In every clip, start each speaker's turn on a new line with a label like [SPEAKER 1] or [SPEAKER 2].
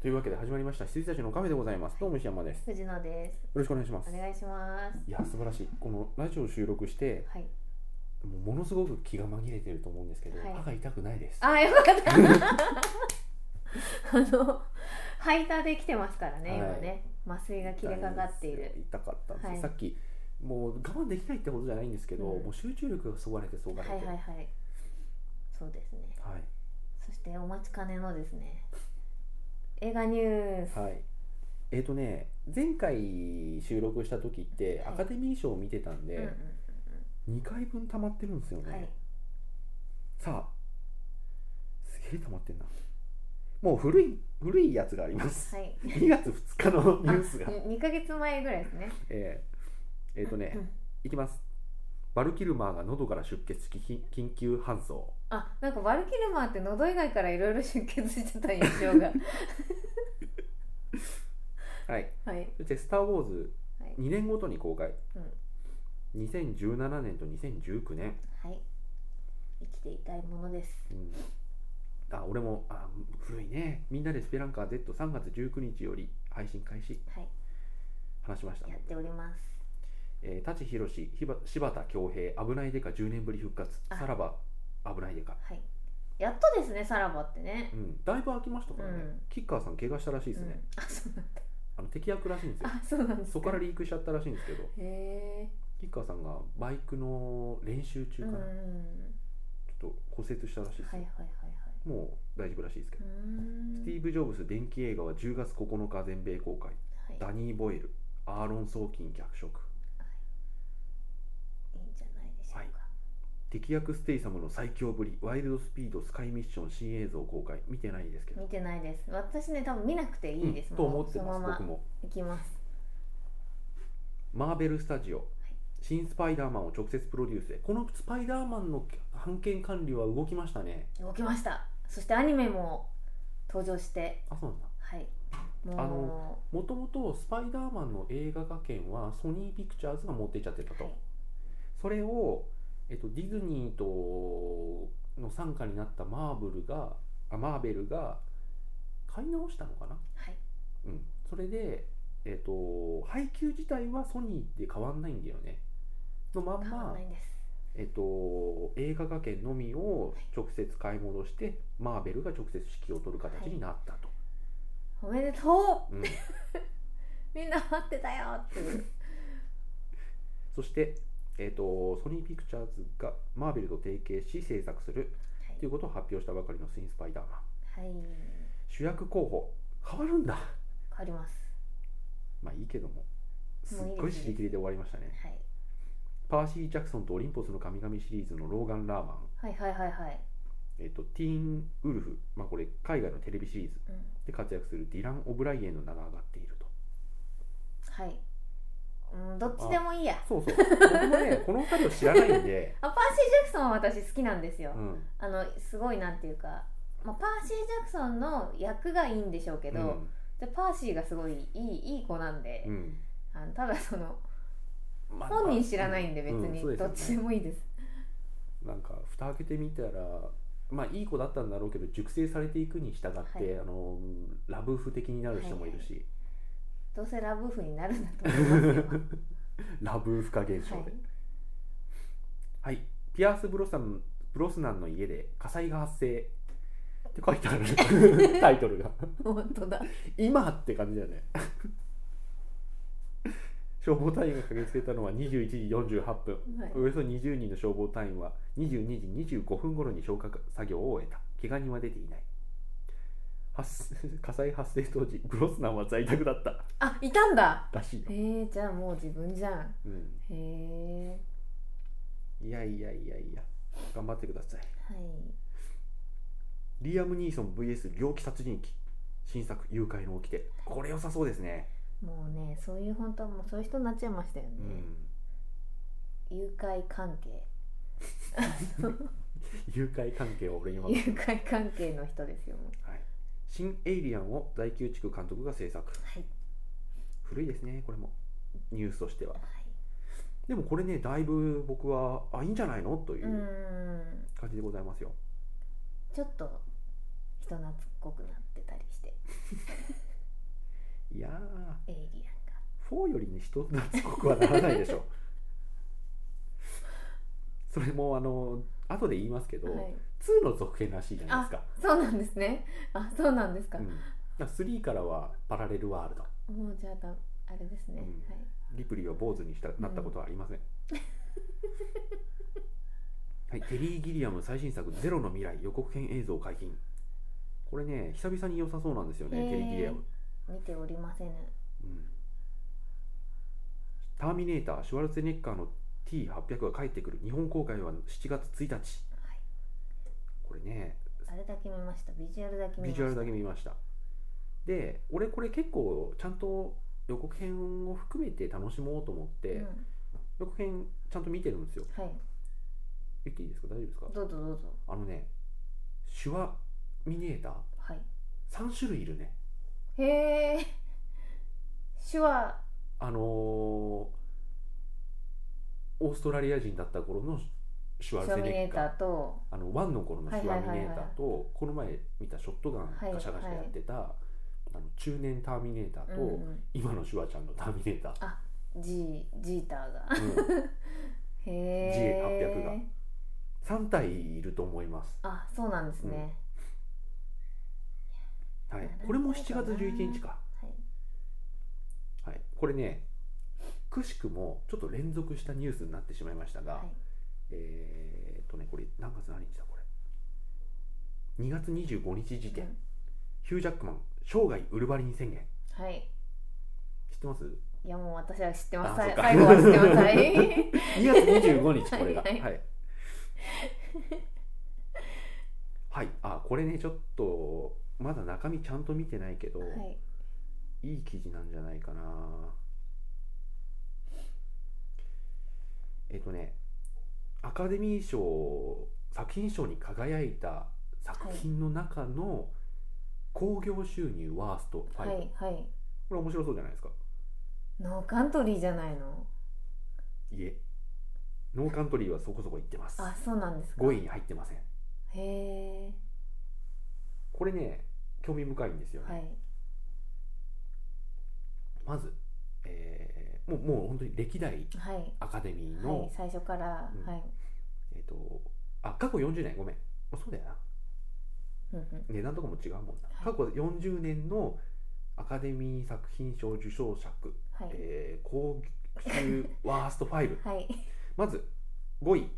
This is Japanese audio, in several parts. [SPEAKER 1] というわけで始まりました羊たちのカフェでございますどうも石山ですよ
[SPEAKER 2] 藤野です。
[SPEAKER 1] ろしくお願いします
[SPEAKER 2] お願いします。
[SPEAKER 1] いや素晴らしいこのラジオを収録して
[SPEAKER 2] はい。
[SPEAKER 1] もうものすごく気が紛れてると思うんですけど、
[SPEAKER 2] はい
[SPEAKER 1] 歯が痛くないです
[SPEAKER 2] あ、よか った。あの、 ハイターで来てますからね、
[SPEAKER 1] はい
[SPEAKER 2] 今ね。麻酔が切れかかっている。
[SPEAKER 1] 痛かったんです、
[SPEAKER 2] はい
[SPEAKER 1] さっきもう我慢できないってことじゃないんですけど、
[SPEAKER 2] うん
[SPEAKER 1] もう集中力がそがれてそが
[SPEAKER 2] は
[SPEAKER 1] れ
[SPEAKER 2] い
[SPEAKER 1] て
[SPEAKER 2] はいはい。そうですね。
[SPEAKER 1] は
[SPEAKER 2] そしてお待ちかねのですね。映画ニュース。
[SPEAKER 1] い、はいえっ、とね前回収録した時って
[SPEAKER 2] はい
[SPEAKER 1] アカデミー賞を見てたんで、
[SPEAKER 2] うんうん
[SPEAKER 1] 2回分溜まってるんですよ
[SPEAKER 2] うん
[SPEAKER 1] ね、
[SPEAKER 2] はい。
[SPEAKER 1] さあすげえ溜まってんなもう古い古いやつがあります、
[SPEAKER 2] はい。
[SPEAKER 1] 2月2日のニュースが
[SPEAKER 2] あに二ヶ月前ぐらいですね。
[SPEAKER 1] えー、えーとね、
[SPEAKER 2] うん
[SPEAKER 1] いきますバルキルマーが喉から出血し緊緊急搬送
[SPEAKER 2] あ、なんかワルキルマーって喉以外からいろいろ出血してた印象 が。
[SPEAKER 1] はい
[SPEAKER 2] はい。
[SPEAKER 1] そして「スター・ウォーズ
[SPEAKER 2] はい」。
[SPEAKER 1] 2年ごとに公開、2017年と2019年、
[SPEAKER 2] はい。生きていたいものです。
[SPEAKER 1] うんあ俺もあ古いねみんなでスペランカー Z3 月19日より配信開始
[SPEAKER 2] はい。
[SPEAKER 1] 話しました
[SPEAKER 2] やっております。
[SPEAKER 1] えー、舘ひろしひば柴田恭平危ないデカ10年ぶり復活
[SPEAKER 2] あ
[SPEAKER 1] さらば危ないデカ
[SPEAKER 2] はい。やっとですね、さらばってね
[SPEAKER 1] う。ん、だいぶ空きましたからね、
[SPEAKER 2] うん
[SPEAKER 1] キッカーさん怪我したらしいですね、
[SPEAKER 2] うんあ、そうなんだ。
[SPEAKER 1] あの適役らしいんですよ
[SPEAKER 2] あ、 そうなんです
[SPEAKER 1] そこからリークしちゃったらしいんですけど
[SPEAKER 2] へえ。
[SPEAKER 1] キッカーさんがバイクの練習中か
[SPEAKER 2] うんう
[SPEAKER 1] な、
[SPEAKER 2] んう
[SPEAKER 1] ち
[SPEAKER 2] ん。
[SPEAKER 1] ょっと骨折したらしいです
[SPEAKER 2] はいはい
[SPEAKER 1] よ、
[SPEAKER 2] はいはい。
[SPEAKER 1] もう大丈夫らしいですけ
[SPEAKER 2] う
[SPEAKER 1] ど、
[SPEAKER 2] ーん。
[SPEAKER 1] スティーブ・ジョブス電気映画は10月9日全米公開
[SPEAKER 2] は
[SPEAKER 1] ダニー・ボイルアーロン・ソーキン脚色
[SPEAKER 2] い。いいんじゃないでしょうか。
[SPEAKER 1] はい敵役ステイサムの最強ぶりワイルドスピードスカイミッション新映像公開見てないですけど
[SPEAKER 2] 見てないです。私ね、多分見なくていいです。
[SPEAKER 1] うんと
[SPEAKER 2] もう
[SPEAKER 1] 思って
[SPEAKER 2] そ
[SPEAKER 1] ま
[SPEAKER 2] の
[SPEAKER 1] す
[SPEAKER 2] ま
[SPEAKER 1] 僕
[SPEAKER 2] ま
[SPEAKER 1] も
[SPEAKER 2] 行きます。
[SPEAKER 1] マーベル・スタジオ、新スパイダーマンを直接プロデュースへこのスパイダーマンの版権管理は動きましたね
[SPEAKER 2] 動きました。そしてアニメも登場して、
[SPEAKER 1] あそうなんだ
[SPEAKER 2] はい。もう。
[SPEAKER 1] あのもともとスパイダーマンの映画化権はソニー・ピクチャーズが持っていっちゃってたと、
[SPEAKER 2] はい
[SPEAKER 1] それを、えっと、ディズニーとの傘下になったマーブルがあマーベルが買い直したのかな、
[SPEAKER 2] はい。
[SPEAKER 1] うん、それで、えっと、配給自体はソニーで変わんないんだよねのまん
[SPEAKER 2] 変わん
[SPEAKER 1] ま
[SPEAKER 2] ないんです。
[SPEAKER 1] えっと、映画化権のみを直接買い戻して、マーベルが直接指揮を取る形になったと、
[SPEAKER 2] おめでと
[SPEAKER 1] うん、
[SPEAKER 2] う。 みんな待ってたよっていう。
[SPEAKER 1] そして、えっと、ソニー・ピクチャーズがマーベルと提携し制作する
[SPEAKER 2] はい
[SPEAKER 1] ということを発表したばかりの「スイン・スパイダーマン
[SPEAKER 2] はい、変」
[SPEAKER 1] 主役候補変わるんだ
[SPEAKER 2] わります。
[SPEAKER 1] まあいいけどもすっ
[SPEAKER 2] もう
[SPEAKER 1] ご
[SPEAKER 2] いい
[SPEAKER 1] い
[SPEAKER 2] ですね
[SPEAKER 1] 尻切りで終わりましたね
[SPEAKER 2] はい、
[SPEAKER 1] パーシー・ジャクソンとオリンポスの神々シリーズのローガン・ラーマン、
[SPEAKER 2] はい、はい、はい、はい。
[SPEAKER 1] えっと、ティーン・ウルフ、まあ、これ海外のテレビシリーズ
[SPEAKER 2] うん、
[SPEAKER 1] で活躍するディラン・オブライエンの名が上がっていると
[SPEAKER 2] はい。うん、どっちでもいいや。
[SPEAKER 1] そうそう僕も ねこの二人を知らないんで、
[SPEAKER 2] あ、パーシー・ジャクソンは私好きなんですよ。
[SPEAKER 1] うん
[SPEAKER 2] あの、すごいなんていうか。まあ、パーシー・ジャクソンの役がいいんでしょうけど、でパーシーがすごいいいいい子なんで、
[SPEAKER 1] うん
[SPEAKER 2] あのただその
[SPEAKER 1] うんまあ
[SPEAKER 2] 本人知らないんで別
[SPEAKER 1] うん
[SPEAKER 2] に
[SPEAKER 1] そうです
[SPEAKER 2] ど
[SPEAKER 1] よ
[SPEAKER 2] っ
[SPEAKER 1] ね
[SPEAKER 2] ちでもいいです。
[SPEAKER 1] なんか蓋開けてみたらまあいい子だったんだろうけど熟成されていくに従って、
[SPEAKER 2] は
[SPEAKER 1] あのラブフ的になる人もいるし、
[SPEAKER 2] どうせラブーフになるんだ と思いますよ
[SPEAKER 1] ラブフ化現象で、
[SPEAKER 2] は
[SPEAKER 1] はいい、ピアースブロスナンブロスナンの家で火災が発生って書いてあ るタイトルが
[SPEAKER 2] 本当だ。
[SPEAKER 1] 今って感じだよね 消防隊員が駆けつけたのは21時48分、
[SPEAKER 2] はい
[SPEAKER 1] およそ20人の消防隊員は22時25分頃に消火作業を終えた怪我人は出ていない発生 火災発生当時ブロスナンは在宅だった
[SPEAKER 2] あ、いたんだ。
[SPEAKER 1] らしいよ
[SPEAKER 2] え、ー、じゃあもう自分じゃん。
[SPEAKER 1] うん、
[SPEAKER 2] へえ。
[SPEAKER 1] いやいやいやいや頑張ってください
[SPEAKER 2] はい。
[SPEAKER 1] リアム・ニーソン VS 猟奇殺人鬼新作「誘拐の掟」これ良さそうですね、
[SPEAKER 2] もうねそういう本当もうそういう人になっちゃいましたよね
[SPEAKER 1] う、ん、
[SPEAKER 2] 誘拐関係
[SPEAKER 1] 誘拐関係は俺今
[SPEAKER 2] 誘拐関係の人ですよもう
[SPEAKER 1] はい、新エイリアンを在旧地区監督が制作
[SPEAKER 2] はい、
[SPEAKER 1] 古いですねこれもニュースとしては
[SPEAKER 2] はい、
[SPEAKER 1] でもこれねだいぶ僕はあいいんじゃないのというう
[SPEAKER 2] ーん
[SPEAKER 1] 感じでございますよ、
[SPEAKER 2] ちょっと人懐っこくなってたりしてエイリアンが
[SPEAKER 1] 4よりに人懐っこくはならないでしょ それもあの後で言いますけど、
[SPEAKER 2] はい、
[SPEAKER 1] 2の続編らしいじゃないですか,、
[SPEAKER 2] そうなんですねあそうなんですか、
[SPEAKER 1] うん、だから3からはパラレルワールド
[SPEAKER 2] もうじゃあだあれです
[SPEAKER 1] う
[SPEAKER 2] ね、
[SPEAKER 1] ん
[SPEAKER 2] はい
[SPEAKER 1] リプリーを坊主にしたなったことはありません、 はい、テリー・ギリアム最新作「ゼロの未来」予告編映像解禁これね久々に良さそうなんですよ
[SPEAKER 2] へ
[SPEAKER 1] ね
[SPEAKER 2] ー
[SPEAKER 1] テリー・ギリアム、
[SPEAKER 2] 見ておりませぬ
[SPEAKER 1] うんターミネーター」シュワルツェネッカーの T800 が帰ってくる日本公開は7月1日
[SPEAKER 2] はい
[SPEAKER 1] これね
[SPEAKER 2] あれだけ見ましたビジュアルだけ
[SPEAKER 1] ビ
[SPEAKER 2] 見まし
[SPEAKER 1] ジ
[SPEAKER 2] た
[SPEAKER 1] ュアルだけ見ましたで俺これ結構ちゃんと予告編を含めて楽しもうと思って、
[SPEAKER 2] うん、
[SPEAKER 1] 予告編ちゃんと見てるんですよ
[SPEAKER 2] はい
[SPEAKER 1] 言っていいですか大丈夫ですか
[SPEAKER 2] どうぞどうぞ
[SPEAKER 1] あのねシュワミネーター
[SPEAKER 2] はい
[SPEAKER 1] 3種類いるね
[SPEAKER 2] へえ手話
[SPEAKER 1] あのーオーストラリア人だった頃のシュワ
[SPEAKER 2] シ
[SPEAKER 1] ルツェ
[SPEAKER 2] ョミ
[SPEAKER 1] ネ
[SPEAKER 2] ネ
[SPEAKER 1] ッ
[SPEAKER 2] ー
[SPEAKER 1] カ
[SPEAKER 2] タ
[SPEAKER 1] ー
[SPEAKER 2] ーと
[SPEAKER 1] あのワンの頃のシュワミネーターと、この前見たショットガン
[SPEAKER 2] はい
[SPEAKER 1] ガシャガシャやってた、あの中年ターミネーターと、
[SPEAKER 2] うんうん
[SPEAKER 1] 今のシュワちゃんのターミネーター、
[SPEAKER 2] ジージーターが
[SPEAKER 1] うん、
[SPEAKER 2] へえ
[SPEAKER 1] G800 3体いると思います、
[SPEAKER 2] あそうなんですね、
[SPEAKER 1] はい
[SPEAKER 2] なるほ、ど
[SPEAKER 1] これも7月11日か、
[SPEAKER 2] はい
[SPEAKER 1] はい、これねくしくもちょっと連続したニュースになってしまいましたが、
[SPEAKER 2] はい
[SPEAKER 1] えーっとねこれ何月何日だこれ2月25日時点、
[SPEAKER 2] うん
[SPEAKER 1] ヒュージャックマン生涯ウルバリン宣言
[SPEAKER 2] はい
[SPEAKER 1] 知って ます
[SPEAKER 2] いやもう私は知ってま
[SPEAKER 1] あそ
[SPEAKER 2] す
[SPEAKER 1] っ
[SPEAKER 2] 最
[SPEAKER 1] か
[SPEAKER 2] 最後は知ってますはい
[SPEAKER 1] 2月25日これが
[SPEAKER 2] は
[SPEAKER 1] はいい、
[SPEAKER 2] は
[SPEAKER 1] はいあこれねちょっとまだ中身ちゃんと見てないけど、
[SPEAKER 2] はい
[SPEAKER 1] い、い記事なんじゃないかなえっとねアカデミー賞作品賞に輝いた作品の中の興行収入ワースト5、
[SPEAKER 2] はいはい
[SPEAKER 1] これ面白そうじゃないですか
[SPEAKER 2] ノーカントリーじゃないの
[SPEAKER 1] いえノーカントリーはそこそこ行ってます
[SPEAKER 2] あそうなんですか
[SPEAKER 1] 5位に入ってません
[SPEAKER 2] へえ
[SPEAKER 1] これね興味深いんですよね、
[SPEAKER 2] はい
[SPEAKER 1] まず、えーもうもう本当に歴代
[SPEAKER 2] はい
[SPEAKER 1] アカデミーの、
[SPEAKER 2] はい最初から、
[SPEAKER 1] うん
[SPEAKER 2] はい
[SPEAKER 1] えっ、とあ過去40年ごめんあそうだよな
[SPEAKER 2] うんうん
[SPEAKER 1] 値段とかも違うもんな、
[SPEAKER 2] は
[SPEAKER 1] 過
[SPEAKER 2] い
[SPEAKER 1] 去40年のアカデミー作品賞受賞作、
[SPEAKER 2] はい、
[SPEAKER 1] えー高級ワースト5
[SPEAKER 2] はい
[SPEAKER 1] まず5位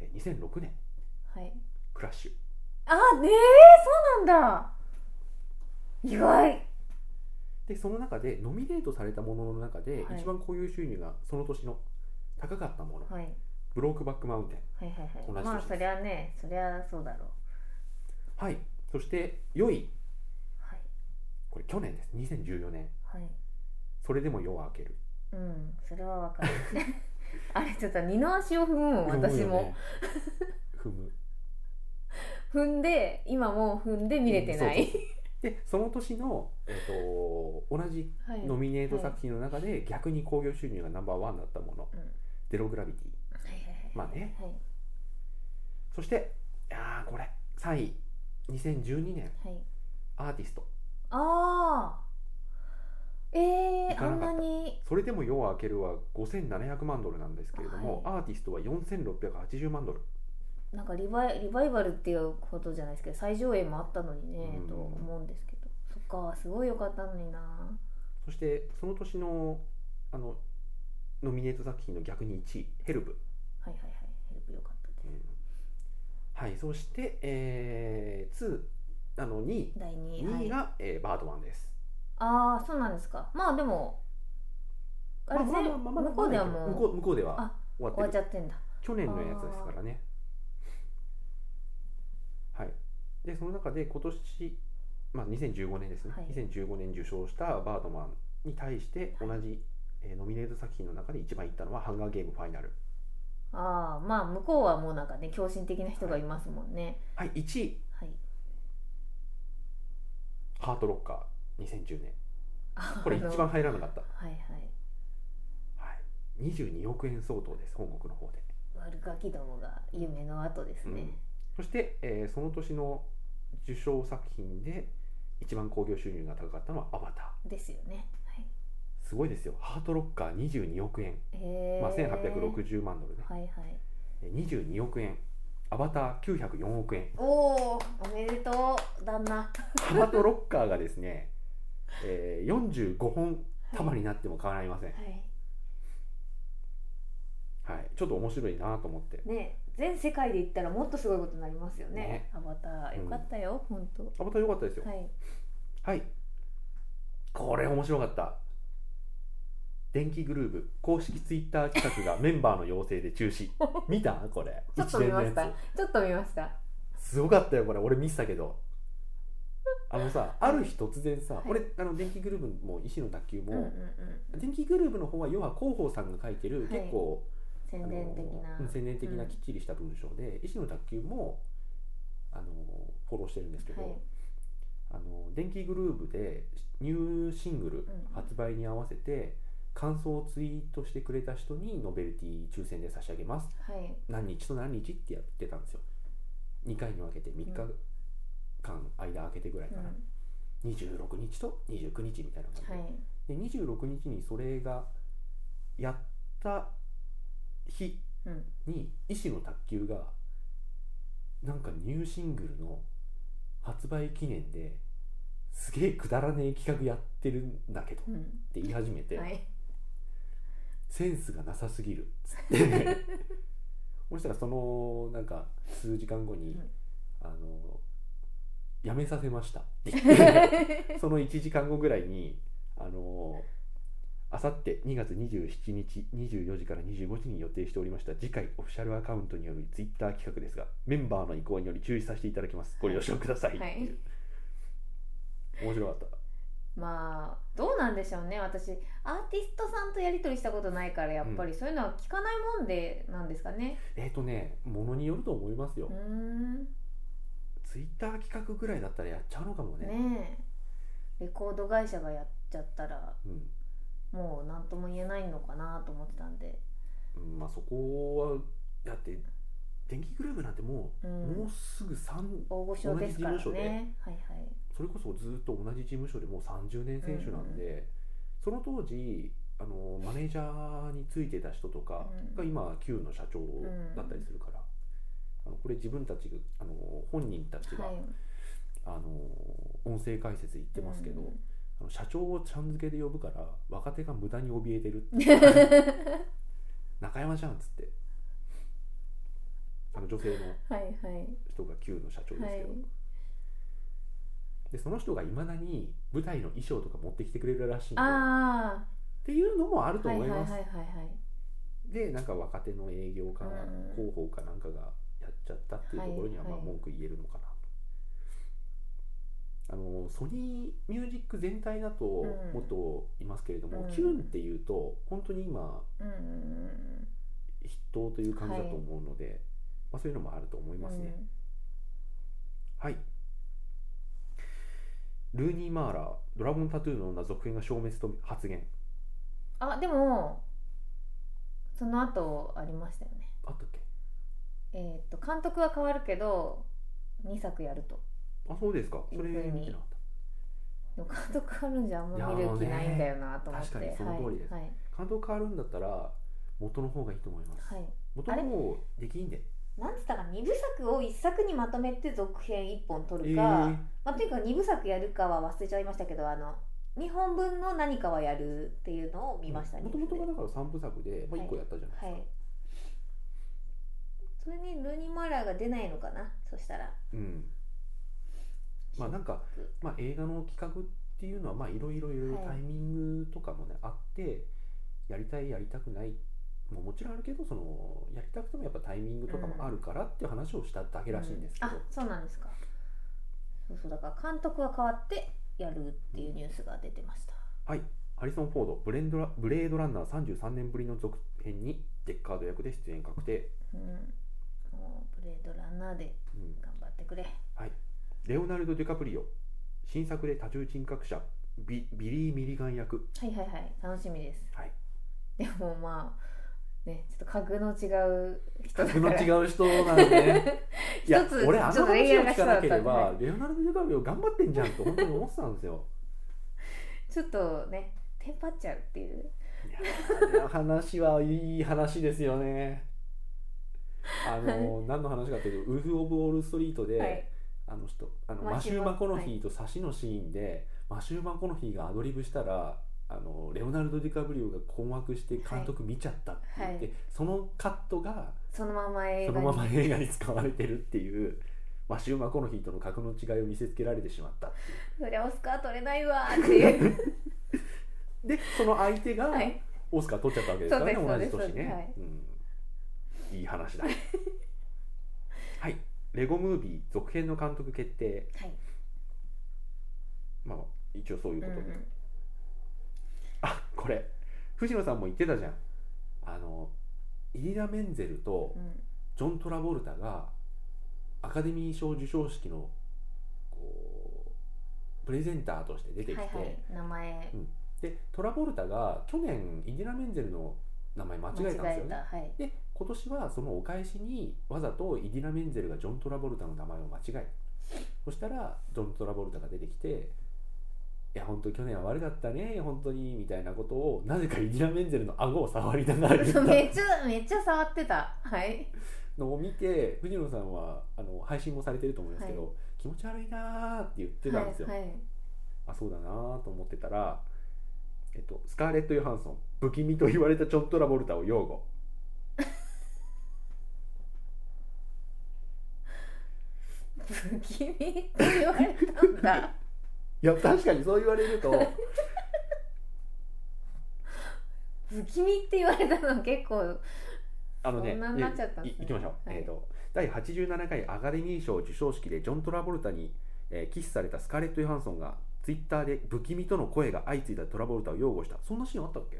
[SPEAKER 1] えー2006年
[SPEAKER 2] はい
[SPEAKER 1] クラッシュ
[SPEAKER 2] あねえそうなんだ意外
[SPEAKER 1] でその中でノミネートされたものの中で、
[SPEAKER 2] はい
[SPEAKER 1] 一番こういう収入がその年の高かったもの、
[SPEAKER 2] はい
[SPEAKER 1] ブロークバックマウンテン
[SPEAKER 2] はいはい
[SPEAKER 1] 同
[SPEAKER 2] は
[SPEAKER 1] じ年
[SPEAKER 2] いまあ
[SPEAKER 1] です
[SPEAKER 2] そりゃねそりゃそうだろう
[SPEAKER 1] はいそして4位
[SPEAKER 2] はい
[SPEAKER 1] これ去年です2014年
[SPEAKER 2] はい
[SPEAKER 1] それでも夜は明ける
[SPEAKER 2] うんそれはわかるあれちょっと二の足を踏むもん私も、
[SPEAKER 1] 踏むよね踏む
[SPEAKER 2] 踏んで今もう踏んで見れてな
[SPEAKER 1] うんそう
[SPEAKER 2] い
[SPEAKER 1] そうそうでその年の、えっと同じ
[SPEAKER 2] はい
[SPEAKER 1] ノミネート作品の中で逆に興行収入がナンバーワンだったもの
[SPEAKER 2] うん
[SPEAKER 1] 「ゼログラビティ
[SPEAKER 2] はいはいはい」
[SPEAKER 1] まあね
[SPEAKER 2] はい
[SPEAKER 1] そしてあーこれ3位2012年
[SPEAKER 2] はい
[SPEAKER 1] アーティスト
[SPEAKER 2] ああえ
[SPEAKER 1] 行
[SPEAKER 2] ー、あ
[SPEAKER 1] かなんかった
[SPEAKER 2] なに
[SPEAKER 1] それでも夜は明けるは5700万ドルなんですけれども、アーティストは4680万ドル
[SPEAKER 2] なんかリバイリバイバルっていうことじゃないですけど最上映もあったのにね、
[SPEAKER 1] うん
[SPEAKER 2] と思うんですけどそっかすごい良かったのにな
[SPEAKER 1] そしてその年のあのノミネート作品の逆に1位「ヘルプ」
[SPEAKER 2] はいはいはいヘルプ良かったです
[SPEAKER 1] はい、そして、えー、2あの2位
[SPEAKER 2] 第二位、は
[SPEAKER 1] 2位
[SPEAKER 2] い、
[SPEAKER 1] が、えーバードマンです。
[SPEAKER 2] ああそうなんですかまあでもあれ、
[SPEAKER 1] まあ
[SPEAKER 2] 全
[SPEAKER 1] まあまあまあ
[SPEAKER 2] 向こうでは
[SPEAKER 1] 向
[SPEAKER 2] も
[SPEAKER 1] こ
[SPEAKER 2] う
[SPEAKER 1] う向こうでは
[SPEAKER 2] あ
[SPEAKER 1] 終わって
[SPEAKER 2] 終わ
[SPEAKER 1] る
[SPEAKER 2] っちゃってんだ
[SPEAKER 1] 去年のやつですからね。はい、でその中で今年、まあ、2015年ですね、
[SPEAKER 2] はい
[SPEAKER 1] 2015年受賞したバードマンに対して同じ、えーノミネート作品の中で一番いったのは「ハンガーゲームファイナル
[SPEAKER 2] ああまあ向こうはもうなんかね狂信的な人がいますもんね」
[SPEAKER 1] はい1位
[SPEAKER 2] はい、
[SPEAKER 1] 「ハートロッカー2010年」
[SPEAKER 2] あ
[SPEAKER 1] これ
[SPEAKER 2] あの
[SPEAKER 1] 一番入らなかった、
[SPEAKER 2] はいはい
[SPEAKER 1] はい、22億円相当です本国の方で。
[SPEAKER 2] 悪ガキどもが夢の後ですね、
[SPEAKER 1] そして、えーその年の受賞作品で一番興行収入が高かったのは「アバター
[SPEAKER 2] ですよね、はい」
[SPEAKER 1] すごいですよハートロッカー22億円、
[SPEAKER 2] へー
[SPEAKER 1] まあ、1860万ドルね、
[SPEAKER 2] はいはい
[SPEAKER 1] え22億円アバター904億 円
[SPEAKER 2] おおおめでとう旦那
[SPEAKER 1] ハートロッカーがですね、えー45本束になっても変わりません、
[SPEAKER 2] はい
[SPEAKER 1] はい、ちょっと面白いなと思って
[SPEAKER 2] ね全世界で言ったらもっとすごいことになりますよね
[SPEAKER 1] ね
[SPEAKER 2] アバターよかったよ、本当
[SPEAKER 1] アバター良かったですよ
[SPEAKER 2] はい
[SPEAKER 1] はい、これ面白かった電気グルーブ公式ツイッター企 画がメンバーの要請で中止見たこれ
[SPEAKER 2] ちょっと見まし
[SPEAKER 1] 一連の
[SPEAKER 2] た
[SPEAKER 1] や
[SPEAKER 2] ちょっと見ました
[SPEAKER 1] つすごかったよこれ俺見てたけどあのさある日突然さ、
[SPEAKER 2] はい
[SPEAKER 1] 俺あの電気グルーブも石の卓球
[SPEAKER 2] う
[SPEAKER 1] も、
[SPEAKER 2] んうんうん
[SPEAKER 1] 電気グルーブの方は要は広報さんが書いてる
[SPEAKER 2] はい
[SPEAKER 1] 結構、
[SPEAKER 2] 宣
[SPEAKER 1] あの
[SPEAKER 2] 伝的な、
[SPEAKER 1] うん宣伝的な
[SPEAKER 2] うん
[SPEAKER 1] きっちりした文章で、石の卓球もあのフォローしてるんですけど、
[SPEAKER 2] はい
[SPEAKER 1] あの電気グルーブでニューシングル
[SPEAKER 2] うん
[SPEAKER 1] 発売に合わせて感想をツイートしてくれた人にノベルティ抽選で差し上げます
[SPEAKER 2] はい
[SPEAKER 1] 何日と何日ってやってたんですよ2回に分けて3日間間空けてぐらいか
[SPEAKER 2] うん
[SPEAKER 1] な、26日と29日みたいな感じで,、
[SPEAKER 2] はい
[SPEAKER 1] で26日にそれがやった日
[SPEAKER 2] うん
[SPEAKER 1] に医師の卓球がなんかニューシングルの発売記念ですげえくだらねえ企画やってるんだけどっ
[SPEAKER 2] うん
[SPEAKER 1] て言い始めて、
[SPEAKER 2] はい
[SPEAKER 1] センスがなさすぎ るっつってそしたらそのなんか数時間後に「
[SPEAKER 2] うん
[SPEAKER 1] あのやめさせました」って言 ってその1時間後ぐらいにあのあさって2月27日24時から25時に予定しておりました次回オフィシャルアカウントによるツイッター企画ですがメンバーの意向により注意させていただきますご了承くださいって
[SPEAKER 2] はい
[SPEAKER 1] いう、面白かった
[SPEAKER 2] まあどうなんでしょうね私アーティストさんとやり取りしたことないからやっぱりそういうのは聞かないもんでなんですかね
[SPEAKER 1] えっ、とねものによると思いますよ、
[SPEAKER 2] うーん
[SPEAKER 1] ツイッター企画ぐらいだったらやっちゃうのかもね
[SPEAKER 2] ねえレコード会社がやっちゃったら
[SPEAKER 1] うん
[SPEAKER 2] もう何とも言えないのかなと思ってたんで、
[SPEAKER 1] うんまあそこはだって電気グループなんても
[SPEAKER 2] う
[SPEAKER 1] う、
[SPEAKER 2] ん、
[SPEAKER 1] もうすぐ3
[SPEAKER 2] 大御所ですから
[SPEAKER 1] 同じ事務所で
[SPEAKER 2] ねはいはい
[SPEAKER 1] それこそずっと同じ事務所でもう30年選手なんで、
[SPEAKER 2] う
[SPEAKER 1] その当時あのマネージャーについてた人とか
[SPEAKER 2] うん
[SPEAKER 1] が今旧の社長だったりするから、あのこれ自分たちがあの本人たちが、
[SPEAKER 2] はい
[SPEAKER 1] あの音声解説言ってますけど、
[SPEAKER 2] うん
[SPEAKER 1] あの社長をちゃん付けで呼ぶから若手が無駄に怯えてるって 中山じゃんっつってあの女性の
[SPEAKER 2] はいはい
[SPEAKER 1] 人が旧の社長です
[SPEAKER 2] は
[SPEAKER 1] け
[SPEAKER 2] い
[SPEAKER 1] ど、でその人がいまだに舞台の衣装とか持ってきてくれるらしいんでっ
[SPEAKER 2] あ
[SPEAKER 1] ていうのもある
[SPEAKER 2] あ
[SPEAKER 1] と
[SPEAKER 2] はい
[SPEAKER 1] 思
[SPEAKER 2] はいいはい
[SPEAKER 1] ま
[SPEAKER 2] はい
[SPEAKER 1] す、でなんか若手の営業か
[SPEAKER 2] うん
[SPEAKER 1] 広報かなんかがやっちゃったっていうところには
[SPEAKER 2] はい
[SPEAKER 1] まあ
[SPEAKER 2] はい
[SPEAKER 1] 文句言えるのかなと。あのソニーミュージック全体だと
[SPEAKER 2] うん
[SPEAKER 1] もっといますけれども、
[SPEAKER 2] うん
[SPEAKER 1] キューンっていうと本当に今
[SPEAKER 2] うんうん
[SPEAKER 1] 筆頭という感じだと思うので、まあ、そういうのもあると思い
[SPEAKER 2] うん
[SPEAKER 1] ますね。はい。ルーニー・マーラー、ドラゴンタトゥーの女続編が消滅と発言。
[SPEAKER 2] うんあでもその後ありましたよね
[SPEAKER 1] あったっけ
[SPEAKER 2] えっ、と監督は変わるけど2作やると
[SPEAKER 1] あ、そうですか。それ
[SPEAKER 2] いい風に
[SPEAKER 1] 見てなかっ
[SPEAKER 2] でも監督変わるんじゃあんま見る気ないんだよなと思って
[SPEAKER 1] いやーね確かにその通りです
[SPEAKER 2] はい
[SPEAKER 1] た。監督変わるんだったら、元の方がいいと思います。
[SPEAKER 2] はい、はい
[SPEAKER 1] 元の方できんで。
[SPEAKER 2] なんつったか2部作を1作にまとめて続編1本
[SPEAKER 1] え
[SPEAKER 2] 取
[SPEAKER 1] ー
[SPEAKER 2] るか、まあ、とにかく2部作やるかは忘れちゃいましたけどあの2本分の何かはやるっていうのを見ましたね。
[SPEAKER 1] もともとがだから3部作で、まあ、1個やったじゃないですか、
[SPEAKER 2] はいそれにルーニー・マーラーが出ないのかなそしたら
[SPEAKER 1] うんまあなんか、まあ、映画の企画っていうのはまあいろいろいろいろ
[SPEAKER 2] はい
[SPEAKER 1] タイミングとかもね、あってやりたいやりたくないももちろんあるけどそのやりたくてもやっぱタイミングとかもあるからっていう話をしただけらしいんですけど、
[SPEAKER 2] うんあそうなんですかそうそうだから監督が変わってやるっていうニュースが出てました
[SPEAKER 1] ハリソン・フォードブレンドラブレードランナー33年ぶりの続編にデッカード役で出演確定、
[SPEAKER 2] うんもうブレードランナーで
[SPEAKER 1] うん、
[SPEAKER 2] 頑張ってくれ
[SPEAKER 1] レオナルド・デュカプリオ新作で多重人格者 ビビリー・ミリガン役
[SPEAKER 2] はいはいはい楽しみです
[SPEAKER 1] はい
[SPEAKER 2] でもまあねちょっと格の違う人だ
[SPEAKER 1] 格
[SPEAKER 2] か
[SPEAKER 1] の
[SPEAKER 2] ら
[SPEAKER 1] 違う人なんでね いや
[SPEAKER 2] 一つ
[SPEAKER 1] 俺あ
[SPEAKER 2] ちょ
[SPEAKER 1] の
[SPEAKER 2] っとレイ
[SPEAKER 1] 話
[SPEAKER 2] ヤ
[SPEAKER 1] を
[SPEAKER 2] ーが
[SPEAKER 1] 聞かなければ、
[SPEAKER 2] 下だったん
[SPEAKER 1] レオナルド・デュカビオ頑張ってんじゃんと本当に思ってたんですよ
[SPEAKER 2] ちょっとねテンパっちゃうっていう
[SPEAKER 1] いやーあれは話はいい話ですよねあの何の話かというと「ウルフ・オブ・ウォール・ストリートで」
[SPEAKER 2] はい
[SPEAKER 1] あの人あのマ
[SPEAKER 2] マ
[SPEAKER 1] シ
[SPEAKER 2] シ
[SPEAKER 1] ュ
[SPEAKER 2] ュ
[SPEAKER 1] ー・
[SPEAKER 2] ー
[SPEAKER 1] マコノ
[SPEAKER 2] は
[SPEAKER 1] ヒ
[SPEAKER 2] い
[SPEAKER 1] ーと差しのシーンで、マシュー・マコノヒーがアドリブしたらあのレオナルド・ディカブリオが困惑して監督見ちゃったって言って、
[SPEAKER 2] は
[SPEAKER 1] そのカットが
[SPEAKER 2] そのまま映
[SPEAKER 1] そ
[SPEAKER 2] 画
[SPEAKER 1] の
[SPEAKER 2] に
[SPEAKER 1] まま映画に使われてるっていうマシュー・マコノヒーとの格の違いを見せつけられてしまった
[SPEAKER 2] そりゃオスカー取れないわーっていう
[SPEAKER 1] でその相手が
[SPEAKER 2] はい
[SPEAKER 1] オスカー取っちゃったわけですからね、
[SPEAKER 2] そうです
[SPEAKER 1] 同じ年ね、
[SPEAKER 2] そう
[SPEAKER 1] うん、いい 話だはいレゴムービー続編の監督決定
[SPEAKER 2] はい
[SPEAKER 1] まあ一応そういう
[SPEAKER 2] う
[SPEAKER 1] こ
[SPEAKER 2] ん
[SPEAKER 1] と
[SPEAKER 2] う
[SPEAKER 1] で、
[SPEAKER 2] ん
[SPEAKER 1] あこれ藤野さんも言ってたじゃんあのイリナ・メンゼルと
[SPEAKER 2] うん
[SPEAKER 1] ジョン・トラボルタがアカデミー賞授賞式のこうプレゼンターとして出てきて、
[SPEAKER 2] はいはい名前
[SPEAKER 1] でトラボルタが去年イリナ・メンゼルの名前間違え
[SPEAKER 2] 間違
[SPEAKER 1] たんですよ
[SPEAKER 2] えた
[SPEAKER 1] ね
[SPEAKER 2] はい
[SPEAKER 1] で今年はそのお返しにわざとイディナ・メンゼルがジョン・トラボルタの名前を間違えたそしたらジョン・トラボルタが出てきて「いや本当去年は悪かったね本当に」みたいなことをなぜかイディナ・メンゼルの顎を触りながら言っ
[SPEAKER 2] め
[SPEAKER 1] た
[SPEAKER 2] っちゃめっちゃ触ってたはい
[SPEAKER 1] のを見て藤野さんはあの配信もされてると思いますけど、気持ち悪いなーって言ってたんですよ、
[SPEAKER 2] はいはい
[SPEAKER 1] あそうだなーと思ってたら、えっと、スカーレット・ヨハンソン不気味と言われたジョン・トラボルタを擁護
[SPEAKER 2] 不気味って言われたんだ
[SPEAKER 1] いや 確かにそう言われると
[SPEAKER 2] 不気味って言われたの結構
[SPEAKER 1] あのね
[SPEAKER 2] そんなになっちゃったん
[SPEAKER 1] い
[SPEAKER 2] で
[SPEAKER 1] い
[SPEAKER 2] す
[SPEAKER 1] 行
[SPEAKER 2] ね
[SPEAKER 1] きましょう、
[SPEAKER 2] はい
[SPEAKER 1] えー、と第87回アカデミー賞授賞式でジョン・トラボルタに、えーキスされたスカーレット・ヨハンソンがツイッターで不気味との声が相次いだトラボルタを擁護したそんなシーンあったっけ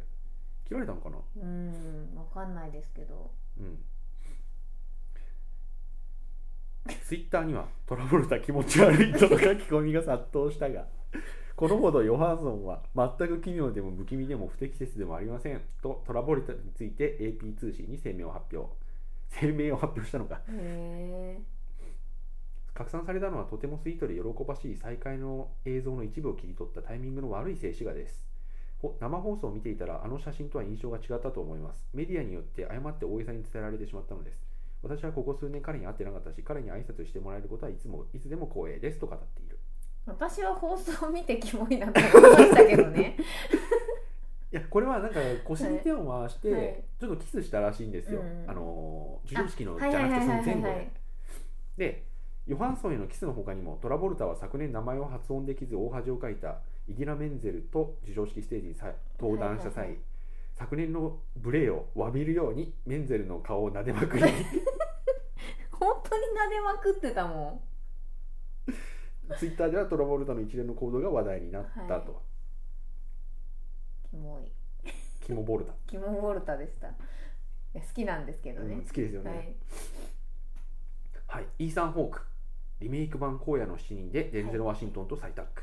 [SPEAKER 1] 切られたのかな
[SPEAKER 2] うんわかんないですけど
[SPEAKER 1] うんツイッターにはトラボルタ気持ち悪いとの書き込みが殺到したがこのほどヨハンソンは全く奇妙でも不気味でも不適切でもありませんとトラボルタについて AP 通信に声明を発表声明を発表したのか
[SPEAKER 2] へえ
[SPEAKER 1] 拡散されたのはとてもスイートで喜ばしい再会の映像の一部を切り取ったタイミングの悪い静止画ですほ生放送を見ていたらあの写真とは印象が違ったと思いますメディアによって誤って大げさに伝えられてしまったのです私はここ数年彼に会ってなかったし彼に挨拶してもらえることはいつもいつでも光栄ですと語っている
[SPEAKER 2] 私は放送を見てキモいなと思いましたけど ね
[SPEAKER 1] いやこれはなんか腰に手を回して、
[SPEAKER 2] はいはい
[SPEAKER 1] ちょっとキスしたらしいんですよ、
[SPEAKER 2] うん
[SPEAKER 1] あのー授賞式のじ
[SPEAKER 2] あ
[SPEAKER 1] ゃなくてその前後
[SPEAKER 2] はいはいはいはいはい
[SPEAKER 1] ででヨハンソンへのキスの他にもトラボルタは昨年名前を発音できず大恥をかいたイギラ・メンゼルと授賞式ステージにさ登壇した際、
[SPEAKER 2] はいはいはい
[SPEAKER 1] 昨年の無礼を詫びるようにメンゼルの顔を撫でま くり
[SPEAKER 2] 本当に撫でまくってたも
[SPEAKER 1] ツイッターではトラボルタの一連の行動が話題になったと、
[SPEAKER 2] はいんキモい
[SPEAKER 1] キモボルタ、
[SPEAKER 2] キモボルタでしたいや好きなんですけど
[SPEAKER 1] うん
[SPEAKER 2] ね
[SPEAKER 1] 好、きですよね、
[SPEAKER 2] はい
[SPEAKER 1] はい、イーサン・ホークリメイク版「荒野の7人」でデンゼル・ワシントンと再タッグ、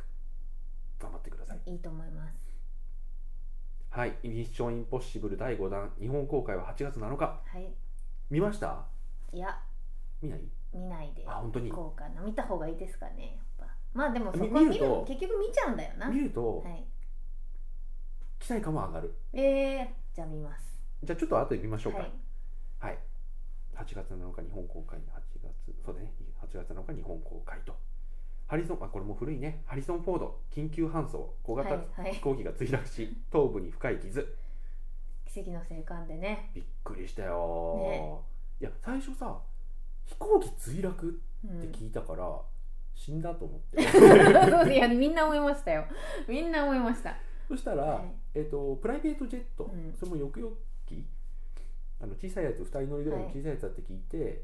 [SPEAKER 1] 頑張ってください
[SPEAKER 2] いいと思います
[SPEAKER 1] はい「ミッション・インポッシブル」第5弾日本公開は8月7日
[SPEAKER 2] はい
[SPEAKER 1] 見ました
[SPEAKER 2] いや
[SPEAKER 1] 見ない
[SPEAKER 2] 見ないで
[SPEAKER 1] あ本当に
[SPEAKER 2] 行こうかな見た方がいいですかねやっぱまあでもそこは
[SPEAKER 1] み
[SPEAKER 2] 見
[SPEAKER 1] 見る
[SPEAKER 2] る
[SPEAKER 1] と
[SPEAKER 2] 結局見ちゃうんだよな
[SPEAKER 1] 見ると
[SPEAKER 2] はい
[SPEAKER 1] 期待感は上がる
[SPEAKER 2] えー、じゃあ見ます
[SPEAKER 1] じゃあちょっと後で見ましょうか
[SPEAKER 2] は
[SPEAKER 1] はいい、8月7日日本公開8月そうだね8月7日日本公開とハリソンあこれもう古いねハリソン・フォード緊急搬送小
[SPEAKER 2] はい
[SPEAKER 1] 型
[SPEAKER 2] はい
[SPEAKER 1] 飛行機が墜落し頭部に深い傷
[SPEAKER 2] 奇跡の生還でね、
[SPEAKER 1] びっくりしたよ、
[SPEAKER 2] ね
[SPEAKER 1] いや最初さ飛行機墜落
[SPEAKER 2] う
[SPEAKER 1] っ
[SPEAKER 2] ん
[SPEAKER 1] て、聞いたから、死んだと思って
[SPEAKER 2] そういやみんな思いましたよみんな思いました
[SPEAKER 1] そしたら、
[SPEAKER 2] はい
[SPEAKER 1] えっとプライベートジェット、
[SPEAKER 2] うん
[SPEAKER 1] それもよくよきあの小さいやつ2人乗りぐらいの小さいやつだって聞いて、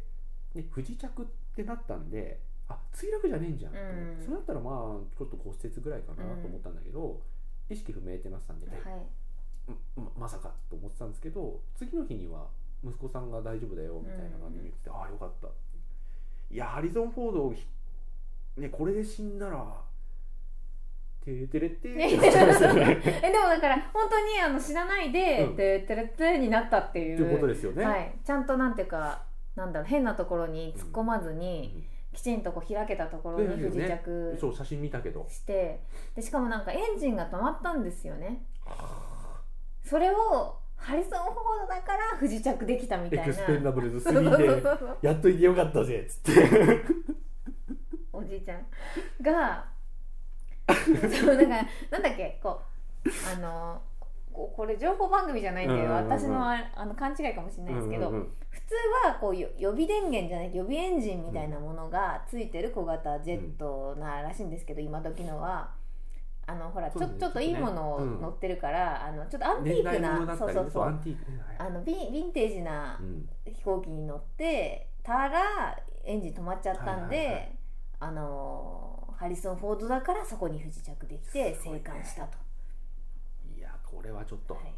[SPEAKER 1] で不時着ってなったんであ墜落じゃねえんじゃんと思って、
[SPEAKER 2] うん
[SPEAKER 1] それだったらまあちょっと骨折ぐらいかなと思ったんだけど、意識不明ってなってたんで、
[SPEAKER 2] はい
[SPEAKER 1] ままさかと思ってたんですけど次の日には息子さんが大丈夫だよみたいな感じで言ってて、ああよかったいやハリソン・フォードをひ、ね、これで死んだらてーてれって
[SPEAKER 2] ね
[SPEAKER 1] ーって なっちゃいますよね
[SPEAKER 2] えでもだから本当にあの死なないで
[SPEAKER 1] うん
[SPEAKER 2] 「てってれって」になったってい
[SPEAKER 1] っ
[SPEAKER 2] う
[SPEAKER 1] ていうことですよね。
[SPEAKER 2] はい、ちゃんとなんていうかなんだろう変なところに突っ込まず
[SPEAKER 1] う
[SPEAKER 2] に、
[SPEAKER 1] ん
[SPEAKER 2] きちんとこう開けたところに
[SPEAKER 1] そう
[SPEAKER 2] 不
[SPEAKER 1] ですよ
[SPEAKER 2] 時
[SPEAKER 1] ね
[SPEAKER 2] 着
[SPEAKER 1] そう写真見たけど
[SPEAKER 2] してでしかもなんかエンジンが止まったんですよねそれをハリソン・フォードだから不時着できたみた
[SPEAKER 1] エ
[SPEAKER 2] いな
[SPEAKER 1] クスペンダブルズ
[SPEAKER 2] そうそう
[SPEAKER 1] 3
[SPEAKER 2] そ
[SPEAKER 1] で
[SPEAKER 2] うそう
[SPEAKER 1] やっといてよかったぜっつって
[SPEAKER 2] おじいちゃん がそうなんかなんだっけこうあのここれ情報番組じゃないんで、
[SPEAKER 1] うんうんうんうん
[SPEAKER 2] 私のああの勘違いかもしれないですけど、
[SPEAKER 1] うんうんうん
[SPEAKER 2] 普通はこうよ予備電源じゃない予備エンジンみたいなものがついてる小型ジェットならしいんですけど、今時のはあのほらちょ,、
[SPEAKER 1] そうですね
[SPEAKER 2] ちょっといいものを乗ってるから、あのちょっとアンティ
[SPEAKER 1] 年
[SPEAKER 2] ーク
[SPEAKER 1] 代
[SPEAKER 2] な、
[SPEAKER 1] 物だった
[SPEAKER 2] そ
[SPEAKER 1] り
[SPEAKER 2] う
[SPEAKER 1] ね
[SPEAKER 2] そうそ
[SPEAKER 1] そうア
[SPEAKER 2] う
[SPEAKER 1] ンティークねはい
[SPEAKER 2] あのビヴィンテージな
[SPEAKER 1] うん
[SPEAKER 2] 飛行機に乗ってたらエンジン止まっちゃったんで、
[SPEAKER 1] はいはいはい
[SPEAKER 2] あのーハリソン・フォードだからそこに不時着できて
[SPEAKER 1] すごい
[SPEAKER 2] 生
[SPEAKER 1] ね
[SPEAKER 2] 還したと。
[SPEAKER 1] いやこれはちょっと、
[SPEAKER 2] はい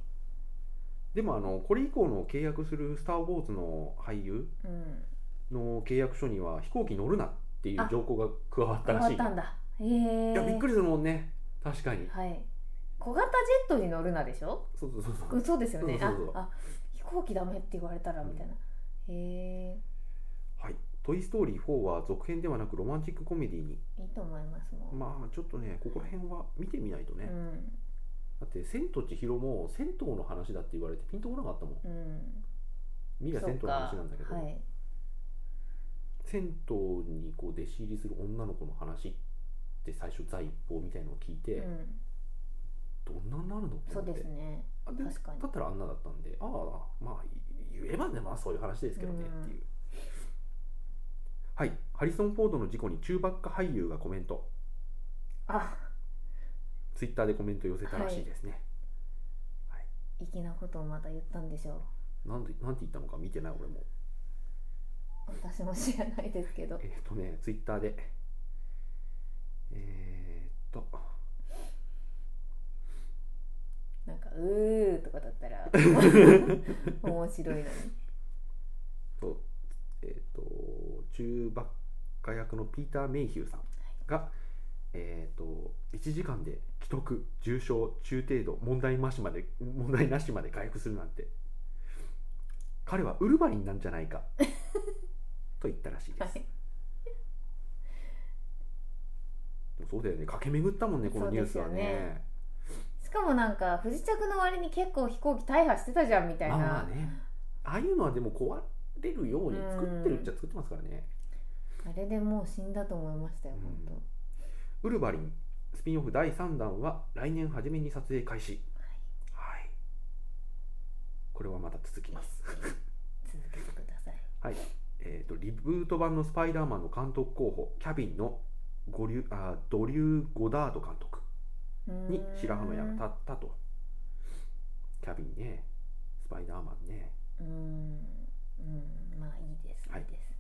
[SPEAKER 1] でもあのこれ以降の契約する「スター・ウォーズ」の俳優
[SPEAKER 2] うん、
[SPEAKER 1] の契約書には飛行機乗るなっていう条項が加わった
[SPEAKER 2] 変
[SPEAKER 1] ら
[SPEAKER 2] わ
[SPEAKER 1] しい
[SPEAKER 2] ったんだ。へえ
[SPEAKER 1] いやびっくりするもんね確かに
[SPEAKER 2] はい。小型ジェットに乗るなでしょ
[SPEAKER 1] そうそうそうそう
[SPEAKER 2] そうですよね。
[SPEAKER 1] そうそうそう
[SPEAKER 2] ああ飛行機ダメって言われたらみたいな。へえ
[SPEAKER 1] はい「トイ・ストーリー4」は続編ではなくロマンチックコメディに
[SPEAKER 2] いいと思いますもん。
[SPEAKER 1] まあちょっとねここら辺は見てみないとね、
[SPEAKER 2] うん
[SPEAKER 1] だって「千と千尋」も銭湯の話だって言われてピンとこなかったもん
[SPEAKER 2] うん。
[SPEAKER 1] 見りゃ
[SPEAKER 2] そう
[SPEAKER 1] 銭湯の話なんだけど、
[SPEAKER 2] かはい。
[SPEAKER 1] 銭湯にこう弟子入りする女の子の話って最初第一報みたいのを聞いて、
[SPEAKER 2] うん。
[SPEAKER 1] どんなんなるのと
[SPEAKER 2] そう
[SPEAKER 1] 思って
[SPEAKER 2] ですね。
[SPEAKER 1] あで
[SPEAKER 2] 確かに
[SPEAKER 1] だったらあんなだったんでああまあ言えばねまあそういう話ですけどね
[SPEAKER 2] うん
[SPEAKER 1] っていう、はいハリソン・フォードの事故に中ばっか俳優がコメント
[SPEAKER 2] あ
[SPEAKER 1] ツイッターでコメント寄せたらしいですね、
[SPEAKER 2] 粋なことをまた言ったんでしょう。
[SPEAKER 1] なんでなんて言ったのか見てない俺も
[SPEAKER 2] 私も知らないですけど。
[SPEAKER 1] えっ、とねツイッターでえー、っと
[SPEAKER 2] なんか「うー」とかだったら 面白いのに
[SPEAKER 1] とえっ、と中ばっか役のピーター・メイヒューさんが、えっ、と1時間で既得重症中程度問題なしまで問題なしまで回復するなんて彼はウルヴァリンなんじゃない かと言ったらしいです、
[SPEAKER 2] はい
[SPEAKER 1] でもそうだよね駆け巡ったもんねこのニュースはね
[SPEAKER 2] しかもなんか不時着の割に結構飛行機大破してたじゃんみたいな、
[SPEAKER 1] まあまあねああいうのはでも壊れるように作ってるっちゃ作ってますからね、
[SPEAKER 2] あれでもう死んだと思いましたよ
[SPEAKER 1] うん
[SPEAKER 2] 本当、
[SPEAKER 1] ウルヴァリンスピンオフ第3弾は来年初めに撮影開始はい、これはまた続きます、
[SPEAKER 2] 続けてください
[SPEAKER 1] えー、とリブート版の「スパイダーマン」の監督候補キャビンのゴリュあドリュー・ゴダード監督
[SPEAKER 2] うーん
[SPEAKER 1] に白羽の矢が立ったとキャビンねスパイダーマンね
[SPEAKER 2] うーんうんまあいいです、
[SPEAKER 1] はい
[SPEAKER 2] いいです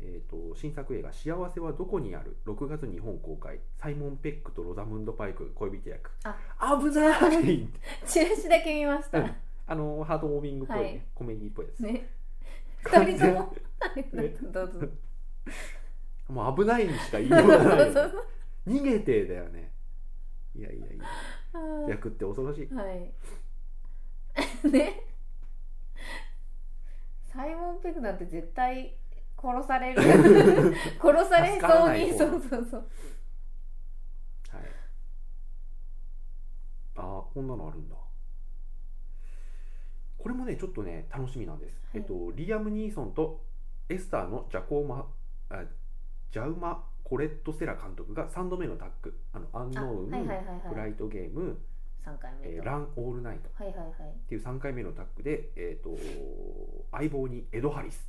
[SPEAKER 1] えー、と新作映画「幸せはどこにある」6月日本公開サイモン・ペックとロザムンド・パイク恋人役
[SPEAKER 2] あ
[SPEAKER 1] 危 ない
[SPEAKER 2] チラシだけ見ました、
[SPEAKER 1] うんあのハートウォーミングっぽいね、
[SPEAKER 2] はい
[SPEAKER 1] コメディっぽいやつ、
[SPEAKER 2] ね
[SPEAKER 1] 完
[SPEAKER 2] 2
[SPEAKER 1] 全
[SPEAKER 2] 人ともど うぞ
[SPEAKER 1] もう危ないにしか言いよう がない逃げてだよねいやいやい
[SPEAKER 2] あ
[SPEAKER 1] や
[SPEAKER 2] ー
[SPEAKER 1] 役って恐ろしい
[SPEAKER 2] はいねサイモン・ペクなんて絶対殺される殺され
[SPEAKER 1] 助から
[SPEAKER 2] そう
[SPEAKER 1] ない
[SPEAKER 2] に
[SPEAKER 1] 方
[SPEAKER 2] そうそうそう
[SPEAKER 1] はい、ああこんなのあるんだこれもねちょっとね楽しみなんです、え
[SPEAKER 2] はい
[SPEAKER 1] っとリアム・ニーソンとエスターのジャコーマあジャウマ・コレット・セラ監督が3度目のタッグ「あのアン
[SPEAKER 2] あ
[SPEAKER 1] ノーン」
[SPEAKER 2] はいはいはい
[SPEAKER 1] フ
[SPEAKER 2] は
[SPEAKER 1] ラ
[SPEAKER 2] い
[SPEAKER 1] イト・ゲーム」
[SPEAKER 2] 3回目
[SPEAKER 1] え
[SPEAKER 2] と、
[SPEAKER 1] ーラン・オール・ナイト」
[SPEAKER 2] はいはいはい
[SPEAKER 1] っていう3回目のタッグで、えー、と相棒にエド・ハリス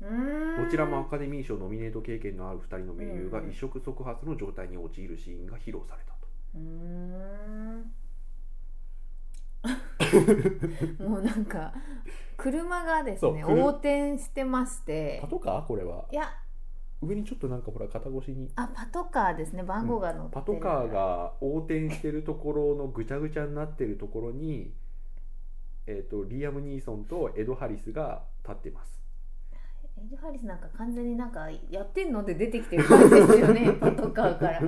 [SPEAKER 2] うーん
[SPEAKER 1] どちらもアカデミー賞ノミネート経験のある2人の盟友が
[SPEAKER 2] うんうん
[SPEAKER 1] 一触即発の状態に陥るシーンが披露されたと
[SPEAKER 2] うーんもうなん か車がで
[SPEAKER 1] そ
[SPEAKER 2] すね
[SPEAKER 1] う車
[SPEAKER 2] 横転してまして
[SPEAKER 1] トカーこれはい
[SPEAKER 2] や
[SPEAKER 1] 上にちょっとなんかほら肩越しに
[SPEAKER 2] あパトカーですね番号が載ってる、
[SPEAKER 1] パトカーが横転してるところのぐちゃぐちゃになってるところに、えー、とリアム・ニーソンとエド・ハリスが立ってます
[SPEAKER 2] エジハリスなんか完全になんか やってんので出てきてる感じですよねパトカーから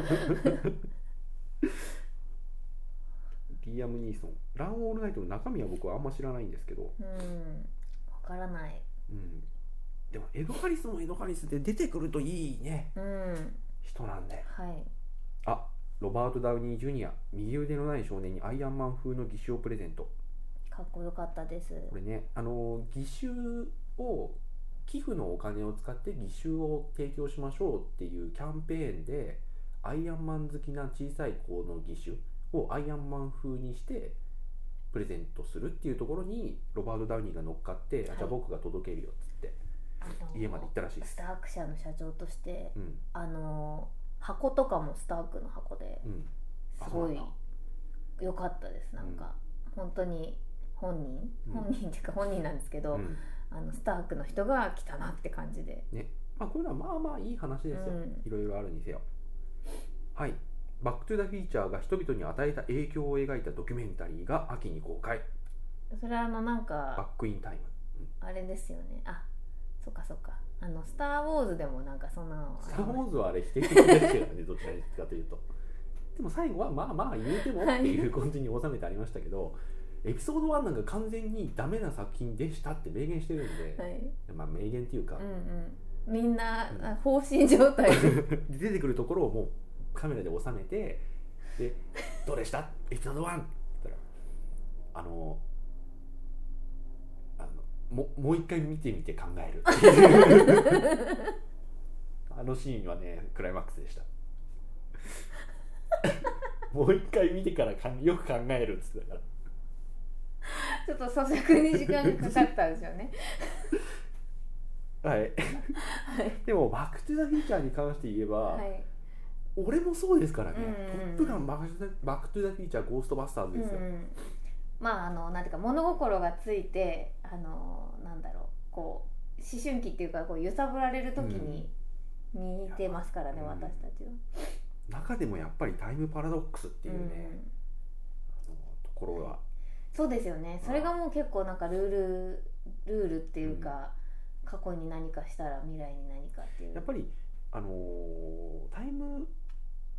[SPEAKER 1] リアム・ニーソン「ラン・オールナイト」の中身は僕はあんま知らないんですけど、
[SPEAKER 2] うんわからない
[SPEAKER 1] うん、でもエド・ハリスもエド・ハリスで出てくるといいね
[SPEAKER 2] うん
[SPEAKER 1] 人なんで
[SPEAKER 2] はい
[SPEAKER 1] あロバート・ダウニー・ジュニア右腕のない少年にアイアンマン風の義手をプレゼント
[SPEAKER 2] かっこよかったです
[SPEAKER 1] これねあの義手を寄付のお金を使って義手を提供しましょうっていうキャンペーンでアイアンマン好きな小さい子の義手をアイアンマン風にしてプレゼントするっていうところにロバート・ダウニーが乗っかって、あじゃあ僕が届けるよっつって
[SPEAKER 2] あの
[SPEAKER 1] 家まで行ったらしいで
[SPEAKER 2] ス
[SPEAKER 1] す
[SPEAKER 2] ターク社の社長として
[SPEAKER 1] うん
[SPEAKER 2] あの箱とかもスタークの箱で
[SPEAKER 1] うん
[SPEAKER 2] す
[SPEAKER 1] あそう
[SPEAKER 2] ご
[SPEAKER 1] なん
[SPEAKER 2] い
[SPEAKER 1] だ
[SPEAKER 2] 良かったですなんか、本当に本人、
[SPEAKER 1] うん
[SPEAKER 2] 本人っていうか本人なんですけど、
[SPEAKER 1] うん
[SPEAKER 2] あのスタークの人が来たなって感じで
[SPEAKER 1] まあこういうのはまあまあいい話ですよ、
[SPEAKER 2] うん
[SPEAKER 1] いろいろあるにせよはい「バック・トゥ・ザ・フィーチャー」が人々に与えた影響を描いたドキュメンタリーが秋に公開
[SPEAKER 2] それはあのなん
[SPEAKER 1] 「バ
[SPEAKER 2] か
[SPEAKER 1] ック・イン・タイム」
[SPEAKER 2] あれですよねあそっかそっかあの「スター・ウォーズ」でもなんかそんな
[SPEAKER 1] 「
[SPEAKER 2] のあ
[SPEAKER 1] ス
[SPEAKER 2] り
[SPEAKER 1] ター・ウ
[SPEAKER 2] ま
[SPEAKER 1] ォーズ」はあれ否定的ですけどねどちらかというとでも最後はまあまあ言うてもっていう感じに収めてありましたけど、エピソード1なんか完全にダメな作品でしたって明言してるんで、
[SPEAKER 2] したはい
[SPEAKER 1] まあ明言っていうか、
[SPEAKER 2] うんうんみんな
[SPEAKER 1] うん
[SPEAKER 2] あ放心状態
[SPEAKER 1] 出てくるところをもうカメラで収めてで「どうでしたエピソード1」って言ったら「あのあのももう一回見てみて考える」あのシーンはねクライマックスで したもう一回見てからかんよく考えるっつってたから
[SPEAKER 2] ちょっと咀嚼に時間がかかったんですよ ね
[SPEAKER 1] はい
[SPEAKER 2] い
[SPEAKER 1] でも「バック・トゥ・ザ・フィーチャー」に関して言えば、
[SPEAKER 2] はい
[SPEAKER 1] 俺もそうですからね
[SPEAKER 2] うんうん
[SPEAKER 1] 「
[SPEAKER 2] うん
[SPEAKER 1] トップガンバックトゥ・ザ・バックトゥザフィーチャーゴーストバスターズ」
[SPEAKER 2] う
[SPEAKER 1] ですよ、
[SPEAKER 2] んうんまああのなんていうか物心がついてあのなんだろうこう思春期っていうかこう揺さぶられる時に見てますからね、
[SPEAKER 1] うん
[SPEAKER 2] 私たちは。
[SPEAKER 1] 中でもやっぱりタイムパラドックスっていうね、あ
[SPEAKER 2] ん
[SPEAKER 1] のところが
[SPEAKER 2] そうですよねそれがもう結構なんかルールルールっていうか、過去に何かしたら未来に何かっていう
[SPEAKER 1] やっぱり、あのータイム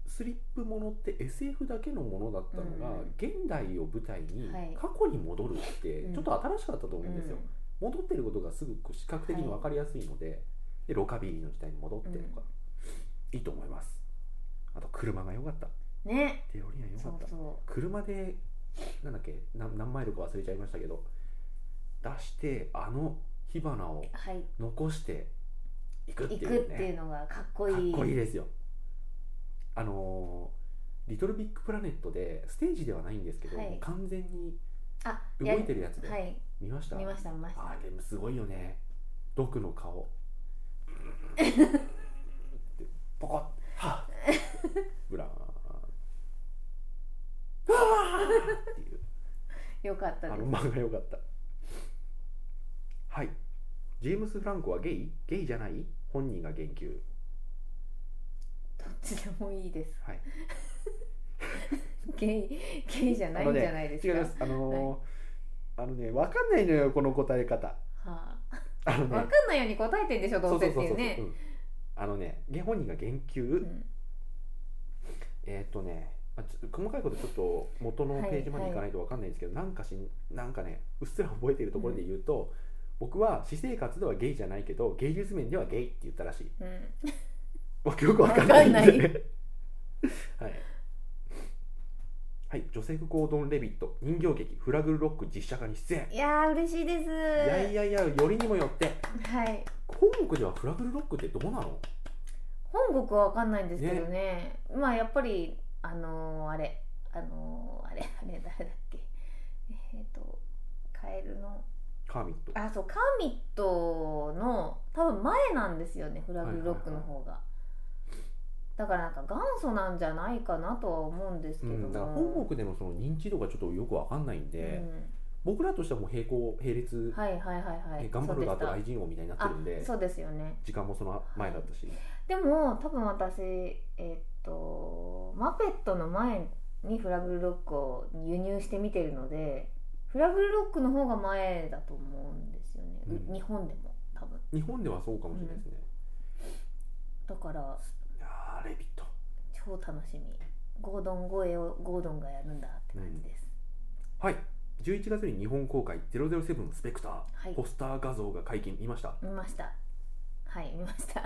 [SPEAKER 1] スリップものって SF だけのものだったのが、
[SPEAKER 2] うん
[SPEAKER 1] 現代を舞台に
[SPEAKER 2] はい
[SPEAKER 1] 過去に戻るって
[SPEAKER 2] うん
[SPEAKER 1] ちょっと新しかったと思うんですよ、戻ってることがすぐこう視覚的に分かりやすいので,、でロカビリーの時代に戻ってとか、いいと思いますあと車が良かった
[SPEAKER 2] うんね
[SPEAKER 1] 手織りが良か
[SPEAKER 2] そ
[SPEAKER 1] っ
[SPEAKER 2] う
[SPEAKER 1] た
[SPEAKER 2] そ
[SPEAKER 1] 車でなんだっけな何マイルか忘れちゃいましたけど出してあの火花を
[SPEAKER 2] うはい
[SPEAKER 1] 残していくって
[SPEAKER 2] 行
[SPEAKER 1] い
[SPEAKER 2] くっ
[SPEAKER 1] うね
[SPEAKER 2] ていうのがかっこいい
[SPEAKER 1] かっこいいですよあのーリトルビッグプラネット」でステージではないんですけど、
[SPEAKER 2] はい
[SPEAKER 1] 完全に
[SPEAKER 2] あ
[SPEAKER 1] 動いてるやつで、
[SPEAKER 2] はい
[SPEAKER 1] 見ました
[SPEAKER 2] 見ました見ました
[SPEAKER 1] あれもすごいよね毒の 顔ってポコッはっブ ラーンはーっていう
[SPEAKER 2] よかった
[SPEAKER 1] あ
[SPEAKER 2] で
[SPEAKER 1] の
[SPEAKER 2] す
[SPEAKER 1] 漫画良かったはいジェームス・フランコはゲイゲイじゃない本人が言及
[SPEAKER 2] どっちでもいいです
[SPEAKER 1] はい
[SPEAKER 2] ゲイゲイじゃないんじゃないです
[SPEAKER 1] 違い
[SPEAKER 2] か
[SPEAKER 1] ますあのーあのねわかんないのよこの答え方
[SPEAKER 2] は
[SPEAKER 1] あの
[SPEAKER 2] あ、わ
[SPEAKER 1] ね
[SPEAKER 2] かんないように答えてんでしょどうせっていうね
[SPEAKER 1] うんあのねげ本人が言及、
[SPEAKER 2] うん
[SPEAKER 1] えーっとねあちょ細かいことちょっと元のページまでいかないとわかんないんですけど、なんかしなんかねうっすら覚えてるところで言うと、僕は私生活ではゲイじゃないけど芸術面ではゲイって言ったらしい
[SPEAKER 2] うん
[SPEAKER 1] 僕よくわかんないんで
[SPEAKER 2] わかんない
[SPEAKER 1] はい、はい、ジョセフ・ゴードン・レビット人形劇「フラグルロック」実写化に出演
[SPEAKER 2] いやー嬉しいです
[SPEAKER 1] いやいやいやよりにもよって
[SPEAKER 2] はい
[SPEAKER 1] 本国ではフラグルロックってどうなの
[SPEAKER 2] 本国は分かんないんですけどねまあやっぱりあのーあれあのーあれあれ誰だっけえっ、とカエルの
[SPEAKER 1] カーミット
[SPEAKER 2] あそうカーミットの多分前なんですよねフラグルロックの方が、だからなんか元祖なんじゃないかなとは思うんですけ
[SPEAKER 1] う
[SPEAKER 2] ども、
[SPEAKER 1] ん、だから本国でのその認知度がちょっとよくわかんないんで、
[SPEAKER 2] う
[SPEAKER 1] 僕らとしてはもう並行並列、
[SPEAKER 2] んはいはいはいはい
[SPEAKER 1] え頑張る側と
[SPEAKER 2] そうで
[SPEAKER 1] 愛
[SPEAKER 2] し
[SPEAKER 1] 人王みたいになったてるんで
[SPEAKER 2] あそうですよね
[SPEAKER 1] 時間もその前だったし、
[SPEAKER 2] でも多分私えっとマペットの前にフラグルロックを輸入してみてるのでフラグルロックの方が前だと思うんですよね、う
[SPEAKER 1] うん
[SPEAKER 2] 日本でも多分
[SPEAKER 1] 日本ではそうかもしれないですね、
[SPEAKER 2] だから
[SPEAKER 1] いやーレビット
[SPEAKER 2] 超楽しみゴードン超えをゴードンがやるんだって感じです、
[SPEAKER 1] はい11月に日本公開007スペクター、
[SPEAKER 2] はい
[SPEAKER 1] ポスター画像が解禁見ました
[SPEAKER 2] 見ましたはい見ました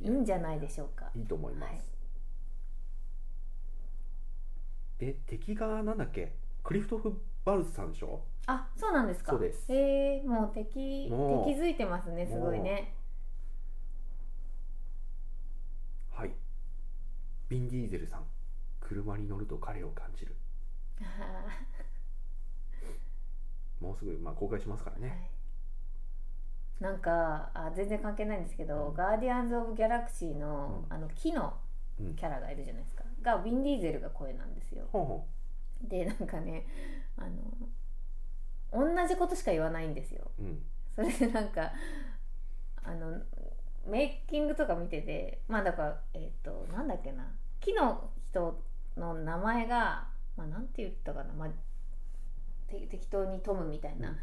[SPEAKER 2] いいんじゃないでしょうか
[SPEAKER 1] いいと思います、
[SPEAKER 2] はい
[SPEAKER 1] で敵がなんだっけクリフトフ・バルスさんでしょ
[SPEAKER 2] あそうなんですか
[SPEAKER 1] そうです
[SPEAKER 2] えー、もう敵
[SPEAKER 1] もう
[SPEAKER 2] 敵づいてますねすごいね
[SPEAKER 1] はいビン・ディーゼルさん車に乗ると彼を感じる
[SPEAKER 2] は
[SPEAKER 1] もうすぐ、まあ、公開しますから
[SPEAKER 2] い
[SPEAKER 1] ね
[SPEAKER 2] なんかあ全然関係ないんですけど、
[SPEAKER 1] うん
[SPEAKER 2] ガーディアンズ・オブ・ギャラクシーの、
[SPEAKER 1] うん
[SPEAKER 2] あの木の
[SPEAKER 1] うん
[SPEAKER 2] キャラがいるじゃないですか、がヴィン・ディーゼルが声なんですよ
[SPEAKER 1] ほうほ
[SPEAKER 2] でなんかねあの同じことしか言わないんですよ
[SPEAKER 1] ううん
[SPEAKER 2] それでなんかあのメイキングとか見ててまあだからえっ、となんだっけな木の人の名前が、まあ、なんて言ったかな、まあ、て適当にトムみたいな、
[SPEAKER 1] うん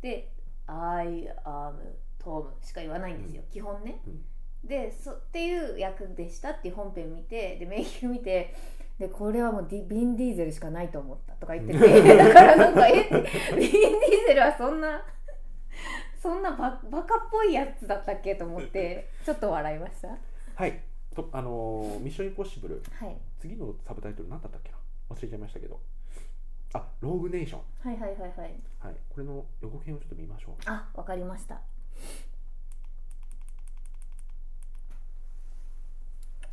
[SPEAKER 2] で「I am トム」しか言わないんですよ、基本ね。
[SPEAKER 1] うん
[SPEAKER 2] でそっていう役でしたっていう本編見てでメイキング見てでこれはもうディビン・ディーゼルしかないと思ったとか言っ ててだからなんかえってビン・ディーゼルはそんなそんなババカっぽいやつだったっけと思ってちょっと笑いました。は
[SPEAKER 1] はいとあのーミッション・インポッシブル
[SPEAKER 2] い、
[SPEAKER 1] 次のサブタイトル何だったっけな忘れちゃいましたけどあローグネーション
[SPEAKER 2] はいはいはいはい
[SPEAKER 1] はいこれの予告編をちょっと見ましょう
[SPEAKER 2] あわかりました。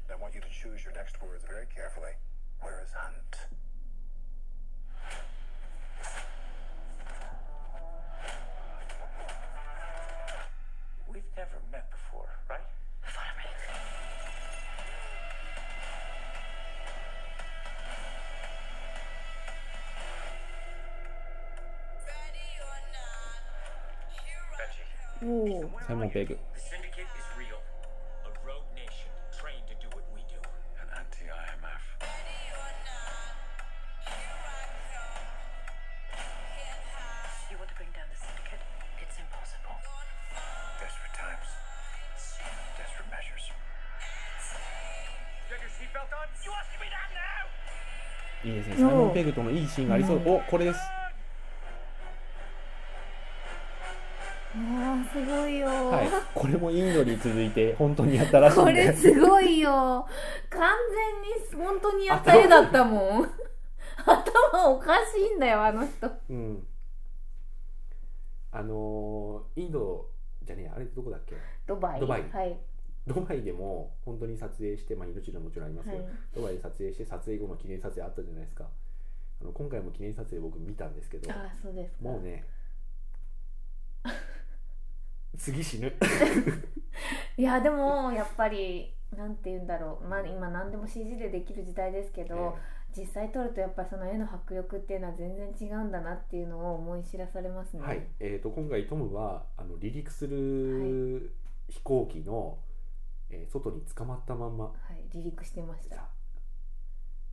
[SPEAKER 3] I want you to choose your next words very carefully. Where is Hunt? We've never met before, right?
[SPEAKER 4] Ready or not, here I
[SPEAKER 2] お
[SPEAKER 3] Reggie.
[SPEAKER 2] お
[SPEAKER 1] サイモン・ペグ
[SPEAKER 5] The Syndicate is real. A rogue nation trained to do what we do.
[SPEAKER 3] An anti IMF.
[SPEAKER 4] ready or not, here I come. Can't hide,
[SPEAKER 6] You want to bring down the syndicate? It's impossible.
[SPEAKER 4] gonna find
[SPEAKER 3] Desperate times,
[SPEAKER 4] you
[SPEAKER 3] desperate measures.
[SPEAKER 5] You got your seatbelt on? You asking me that now?
[SPEAKER 1] いいですね
[SPEAKER 2] おー
[SPEAKER 1] サイモン・ペグとのいいシーンがありそうおこれです
[SPEAKER 2] あーすごいよ、
[SPEAKER 1] はいこれもインドに続いて本当にやったらしいん
[SPEAKER 2] こ
[SPEAKER 1] で
[SPEAKER 2] れすごいよ完全に本当にやった絵だったも ん頭おかしいんだよあの人
[SPEAKER 1] うんあのーインドじゃねえあれどこだっけ
[SPEAKER 2] ドバイ
[SPEAKER 1] ドバイ
[SPEAKER 2] はい、はい、
[SPEAKER 1] ドバイでも本当に撮影して、まあ、命のもちろんありますけど、ドバイで撮影して撮影後の記念撮影あったじゃないですかあの今回も記念撮影僕見たんですけど
[SPEAKER 2] ああそうですか
[SPEAKER 1] もう ね次死ぬ
[SPEAKER 2] いやでもやっぱりなんて言うんだろう、まあ、今何でも CG でできる時代ですけど、実際撮るとやっぱりその絵の迫力っていうのは全然違うんだなっていうのを思い知らされますね
[SPEAKER 1] はい、えー、と今回トムはあの離陸する飛行機の、えー外に捕まったまんま
[SPEAKER 2] はい離陸してまし
[SPEAKER 1] さ
[SPEAKER 2] た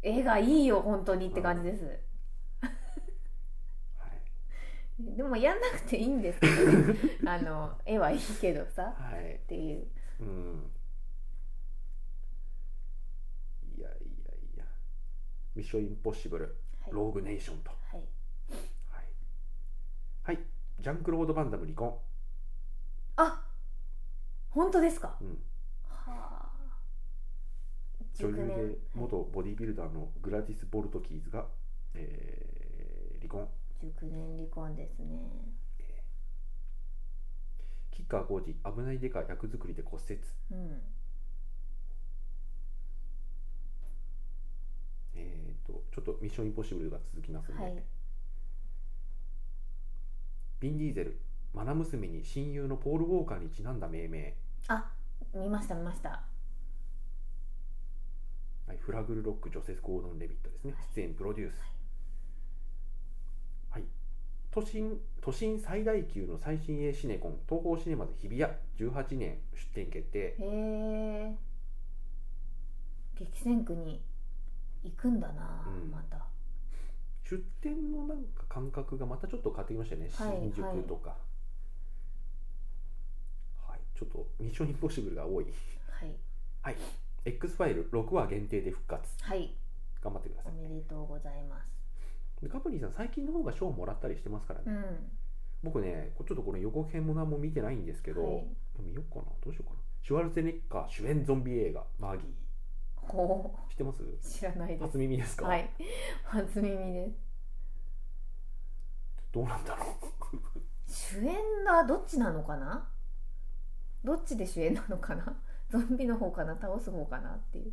[SPEAKER 2] 絵がいいよ本当にって感じです、
[SPEAKER 1] は
[SPEAKER 2] でもやんなくていいんですけ どあの絵はいいけどさ
[SPEAKER 1] い、はい
[SPEAKER 2] っていう
[SPEAKER 1] うんいやいやいや「ミッションインポッシブル」
[SPEAKER 2] は
[SPEAKER 1] 「
[SPEAKER 2] い、
[SPEAKER 1] ローグネーションと」
[SPEAKER 2] はい、
[SPEAKER 1] はい、はい、ジャンクロード・バンダム離婚、
[SPEAKER 2] あ本当ですか
[SPEAKER 1] うん、
[SPEAKER 2] はあ
[SPEAKER 1] 女優
[SPEAKER 2] 熟年
[SPEAKER 1] で元ボディビルダーのグラディス・ボルトキーズが、えー離婚
[SPEAKER 2] 熟年離婚ですね
[SPEAKER 1] キッカー工事危ないデカ役作りで骨折、
[SPEAKER 2] うん
[SPEAKER 1] えー、とちょっと「ミッションインポッシブル」が続きますので、
[SPEAKER 2] はい
[SPEAKER 1] ビン・ディーゼルマナ娘に親友のポール・ウォーカーにちなんだ命名
[SPEAKER 2] あ見ました見ました
[SPEAKER 1] はい、フラグルロック・ジョセフ・ゴードン・レビットですね、
[SPEAKER 2] はい
[SPEAKER 1] 出演プロデュース、はい都心都心最大級の最新鋭シネコン東宝シネマズ日比谷18年出展決定
[SPEAKER 2] へえ激戦区に行くんだな、
[SPEAKER 1] うん
[SPEAKER 2] また
[SPEAKER 1] 出展のなんか感覚がまたちょっと変わってきましたよね、
[SPEAKER 2] はい
[SPEAKER 1] 新宿とか、はい、ちょっと「ミッション・インポッシブル」が多い
[SPEAKER 2] はい
[SPEAKER 1] X ファイル6話限定で復活
[SPEAKER 2] はい
[SPEAKER 1] 頑張ってくださ
[SPEAKER 2] お
[SPEAKER 1] い
[SPEAKER 2] めでりとうございます
[SPEAKER 1] でカプリーさん最近の方が賞をもらったりしてますからね、
[SPEAKER 2] うん
[SPEAKER 1] 僕ねこちょっとこれ予告編も何も見てないんですけど、
[SPEAKER 2] はい
[SPEAKER 1] 見ようかなどうしようかなシュワルツェネッカー主演ゾンビ映画「マギー
[SPEAKER 2] ほ」
[SPEAKER 1] 知ってます
[SPEAKER 2] う知らないで
[SPEAKER 1] 初耳です
[SPEAKER 2] す
[SPEAKER 1] か、
[SPEAKER 2] はい初耳で
[SPEAKER 1] どうなんだろう
[SPEAKER 2] す主演がどっちなのかなどっちで主演なのかな ゾンビの方かな倒す方かなっていう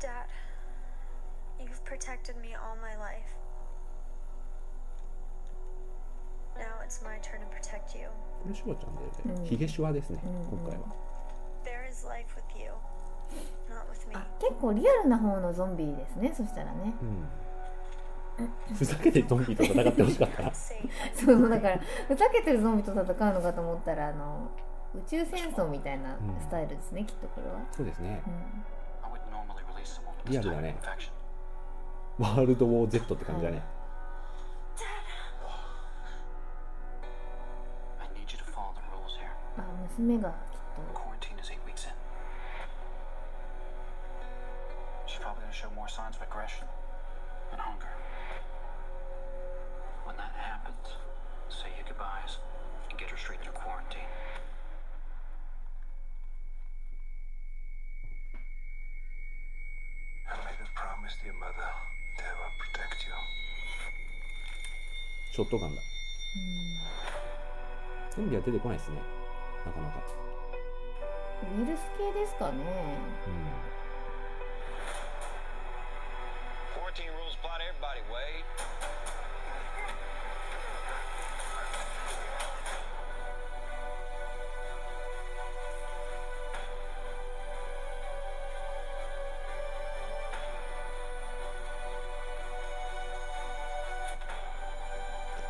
[SPEAKER 7] Dad, you've protected me all my life. Now it's my turn to protect you.
[SPEAKER 1] これシュワちゃんだよね、
[SPEAKER 2] うん
[SPEAKER 1] ヒゲシュワですね、
[SPEAKER 2] うん
[SPEAKER 1] 今回は、
[SPEAKER 7] There is life with you, not with me.
[SPEAKER 2] あ結構リアルな方のゾンビですねそしたらね
[SPEAKER 1] うん、ふざけてゾンビと戦ってほしかったな
[SPEAKER 7] Safe.
[SPEAKER 2] そのだからふざけてるゾンビと戦うのかと思ったらあの宇宙戦争みたいなスタイルですね、きっとこれは、
[SPEAKER 1] そうですね
[SPEAKER 2] うん、
[SPEAKER 5] I would normally release someone with
[SPEAKER 1] Yeah,
[SPEAKER 5] this type of
[SPEAKER 1] Leonard.
[SPEAKER 5] infection.
[SPEAKER 1] ワールド・ウォー・ Z って感じだね、
[SPEAKER 5] I need you to follow the rules here.
[SPEAKER 2] あ娘がきっ
[SPEAKER 5] Quarantine is eight weeks in. She's probably gonna show more signs of aggression and hunger. When that happens, say your goodbyes and get her straight through quarantine.
[SPEAKER 1] ショットガンだゾンビは出てこないですねなかなか、
[SPEAKER 2] とウイルス系ですかね
[SPEAKER 1] う
[SPEAKER 5] Quarantine rules apply to everybody, Wade.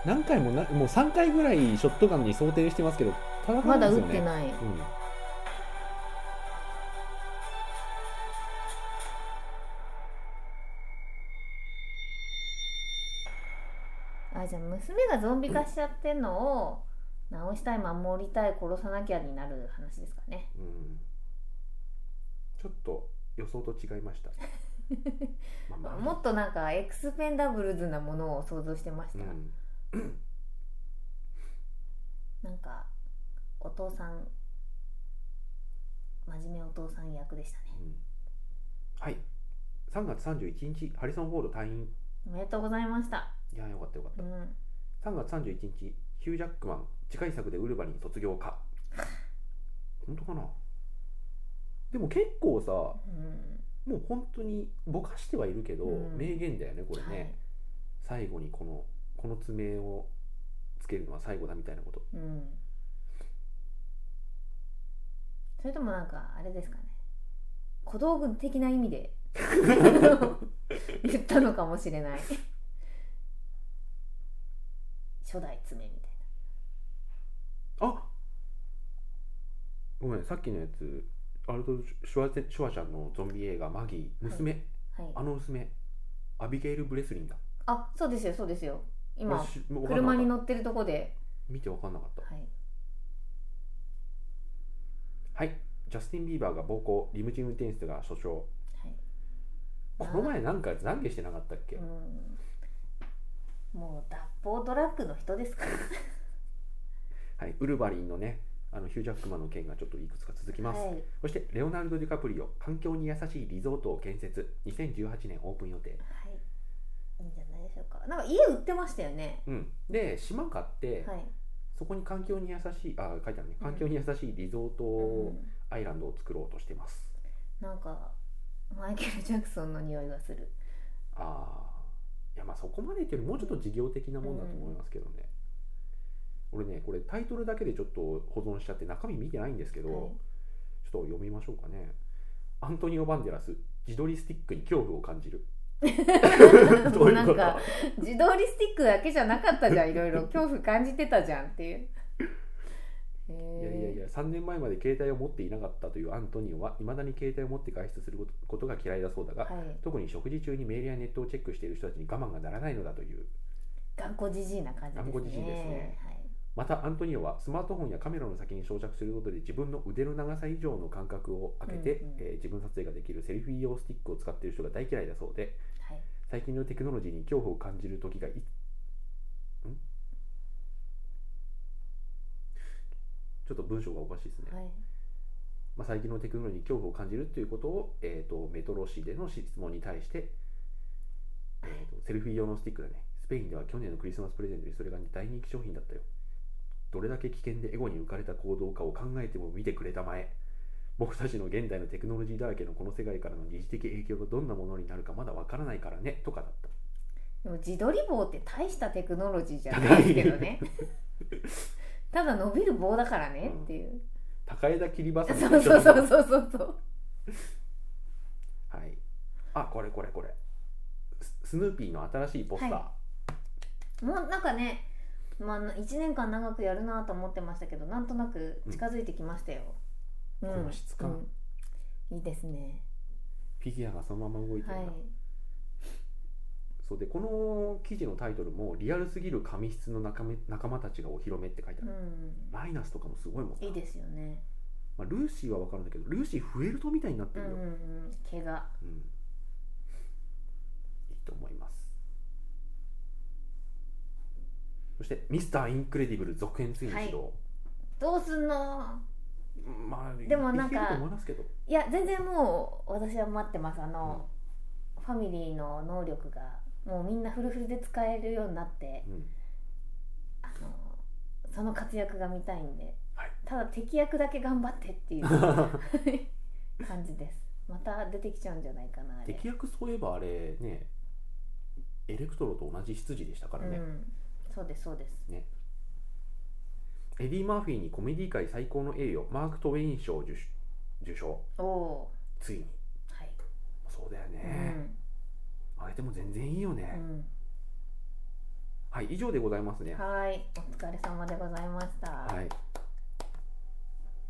[SPEAKER 1] ん、何回もなもう3回ぐらいショットガンに想定してますけど戦
[SPEAKER 2] ま
[SPEAKER 1] わな
[SPEAKER 2] だ
[SPEAKER 1] いです
[SPEAKER 2] 打
[SPEAKER 1] よ
[SPEAKER 2] って
[SPEAKER 1] ね
[SPEAKER 2] ない、
[SPEAKER 1] うん
[SPEAKER 2] あじゃあ娘がゾンビ化しちゃってんのを直したい守りたい殺さなきゃになる話ですかね
[SPEAKER 1] うんちょっと予想と違いま した。まあま
[SPEAKER 2] も
[SPEAKER 1] あ
[SPEAKER 2] っとなんかエクスペンダブルズなものを想像してまし
[SPEAKER 1] う
[SPEAKER 2] た、
[SPEAKER 1] ん、
[SPEAKER 2] なんかお父さん真面目お父さん役でしたね
[SPEAKER 1] はい。3月31日、ハリソン・フォード退院。
[SPEAKER 2] おめでとうございました
[SPEAKER 1] いや、よかったよかっ
[SPEAKER 2] うん
[SPEAKER 1] た。3月31日、ヒュー・ジャックマン、次回作でウルヴァリン卒業か。 本当かなでも結構さ、
[SPEAKER 2] う
[SPEAKER 1] もう本当にぼかしてはいるけど、
[SPEAKER 2] うん
[SPEAKER 1] 名言だよね、これ
[SPEAKER 2] ん
[SPEAKER 1] ね。
[SPEAKER 2] はい
[SPEAKER 1] 最後にこの、この爪をつけるのは最後だみたいなこと。
[SPEAKER 2] うんそれともなんかあれですかね小道具的な意味で言ったのかもしれない初代爪みたい
[SPEAKER 1] あごめんさっきのやつアルトシュワゼシュワちゃんのゾンビ映画「マギー」娘、
[SPEAKER 2] なはい
[SPEAKER 1] あの娘アビゲイル・ブレスリンだ
[SPEAKER 2] あそうですよそうですよ今
[SPEAKER 1] 俺しもう分かんな
[SPEAKER 2] 車
[SPEAKER 1] かった
[SPEAKER 2] に乗ってるとこで
[SPEAKER 1] 見て分かんなかった
[SPEAKER 2] はい
[SPEAKER 1] はいジャスティン・ビーバーが暴行リムジン運転手が所長
[SPEAKER 2] はい
[SPEAKER 1] この前なんか懺悔してなかったっけ、
[SPEAKER 2] うんもう脱法ドラッグの人ですから
[SPEAKER 1] はい、ウルヴァリンのねあのヒュージャックマンの件がちょっといくつか続きます、
[SPEAKER 2] はい
[SPEAKER 1] そしてレオナルド・ディカプリオ環境に優しいリゾートを建設2018年オープン予定
[SPEAKER 2] はい、いいんじゃないでしょうか。なんか家売ってましたよね。
[SPEAKER 1] うんで島買って、
[SPEAKER 2] はい。
[SPEAKER 1] そこに環境に優しいあ書いてあるね
[SPEAKER 2] うん
[SPEAKER 1] 環境に優しいリゾー
[SPEAKER 2] う
[SPEAKER 1] ト
[SPEAKER 2] ん
[SPEAKER 1] アイランドを作ろうとしてます、
[SPEAKER 2] なんかマイケル・ジャクソンの匂いがする。
[SPEAKER 1] ああいやまあそこまでっていうよりもうちょっと事業的なもんだと思いますけどね、俺ねこれタイトルだけでちょっと保存しちゃって中身見てないんですけど、
[SPEAKER 2] は
[SPEAKER 1] ちょ
[SPEAKER 2] い
[SPEAKER 1] っと読みましょうかねアントニオ・バンデラス自撮りスティックに恐怖を感じ るどういう
[SPEAKER 2] な
[SPEAKER 1] こと
[SPEAKER 2] んか 自撮りスティックだけじゃなかったじゃん。いろいろ恐怖感じてたじゃんっていう。へ
[SPEAKER 1] いやいやいや3年前まで携帯を持っていなかったというアントニオはいまだに携帯を持って外出することことが嫌いだそうだが、
[SPEAKER 2] はい
[SPEAKER 1] 特に食事中にメールやネットをチェックしている人たちに我慢がならないのだという
[SPEAKER 2] 頑固じじいな感じですね
[SPEAKER 1] 頑固じじいですね
[SPEAKER 2] はい
[SPEAKER 1] またアントニオはスマートフォンやカメラの先に装着することで自分の腕の長さ以上の間隔を空けて、
[SPEAKER 2] うんうん
[SPEAKER 1] えー自分撮影ができるセルフィー用スティックを使っている人が大嫌いだそうで
[SPEAKER 2] はい
[SPEAKER 1] 最近のテクノロジーに恐怖を感じる時がいんちょっと文章がおかしいですね、
[SPEAKER 2] はい
[SPEAKER 1] まあ、最近のテクノロジーに恐怖を感じるということを、えー、とメトロ市での質問に対して、えーとセルフィー用のスティックだねスペインでは去年のクリスマスプレゼントにそれが大人気商品だったよどれだけ危険でエゴに浮かれた行動かを考えても見てくれたまえ僕たちの現代のテクノロジーだらけのこの世界からの二次的影響がどんなものになるかまだわからないからねとかだった
[SPEAKER 2] でも自撮り棒って大したテクノロジーじゃないですけ どねただ伸びる棒だからねっていう、
[SPEAKER 1] 高枝切りばさみ
[SPEAKER 2] そうそうそうそうそうそう
[SPEAKER 1] はいあこれこれこれススヌーピーの新しいポスター、
[SPEAKER 2] はもうなんかね、まあ、1年間長くやるなと思ってましたけどなんとなく近づいてきましたよ、うん
[SPEAKER 1] この質感、
[SPEAKER 2] うんいいですね
[SPEAKER 1] フィギュアがそのまま動いてる
[SPEAKER 2] は
[SPEAKER 1] な、
[SPEAKER 2] い
[SPEAKER 1] そうでこの記事のタイトルも「リアルすぎる紙質の仲間仲間たちがお披露目」って書いてあ
[SPEAKER 2] う
[SPEAKER 1] る、
[SPEAKER 2] ん
[SPEAKER 1] ライナスとかもすごいもんない
[SPEAKER 2] いですよね
[SPEAKER 1] まあ、ルーシーは分かるんだけどルーシーフエルトみたいになって
[SPEAKER 2] うん
[SPEAKER 1] る
[SPEAKER 2] う
[SPEAKER 1] よ、
[SPEAKER 2] んうん毛が
[SPEAKER 1] うんいいと思いますそして「ミスターインクレディブル」続編ついに始動、
[SPEAKER 2] どうすんの
[SPEAKER 1] まあ
[SPEAKER 2] でもなんか
[SPEAKER 1] いけると思いますけど
[SPEAKER 2] いや全然もう私は待ってますあの、ファミリーの能力がもうみんなフルフルで使えるようになって
[SPEAKER 1] うん
[SPEAKER 2] あのその活躍が見たいんで、
[SPEAKER 1] はい
[SPEAKER 2] ただ敵役だけ頑張ってっていう 感じですまた出てきちゃうんじゃないかなあれ
[SPEAKER 1] 敵役そういえばあれねエレクトロと同じ羊でしたからね、
[SPEAKER 2] うん、そうですそうです
[SPEAKER 1] エディ・マーフィーにコメディ界最高の栄誉マーク・トウェイン賞受賞受賞
[SPEAKER 2] おお
[SPEAKER 1] ついに
[SPEAKER 2] ーはい、
[SPEAKER 1] そうだよね、あれでも全然いいよね、
[SPEAKER 2] うん、
[SPEAKER 1] はい以上でございますね
[SPEAKER 2] うん、はーいお疲れ様でございました、
[SPEAKER 1] はい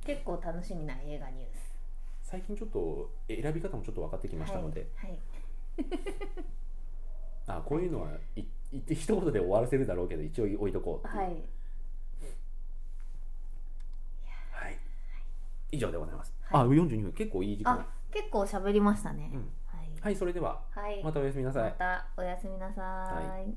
[SPEAKER 2] 結構楽しみな映画ニュース
[SPEAKER 1] 最近ちょっと選び方もちょっと分かってきましたので、
[SPEAKER 2] はい、はい
[SPEAKER 1] あこういうのはい言って一言で終わらせるだろうけど一応置いとこうっていう
[SPEAKER 2] はい、
[SPEAKER 1] はい以上でございます、
[SPEAKER 2] は
[SPEAKER 1] あ
[SPEAKER 2] い
[SPEAKER 1] 42分結構いい時間
[SPEAKER 2] あ結構喋りましたね、
[SPEAKER 1] うん
[SPEAKER 2] はい
[SPEAKER 1] はいそれでは
[SPEAKER 2] はい、
[SPEAKER 1] またおやすみなさい
[SPEAKER 2] またおやすみなさい。
[SPEAKER 1] は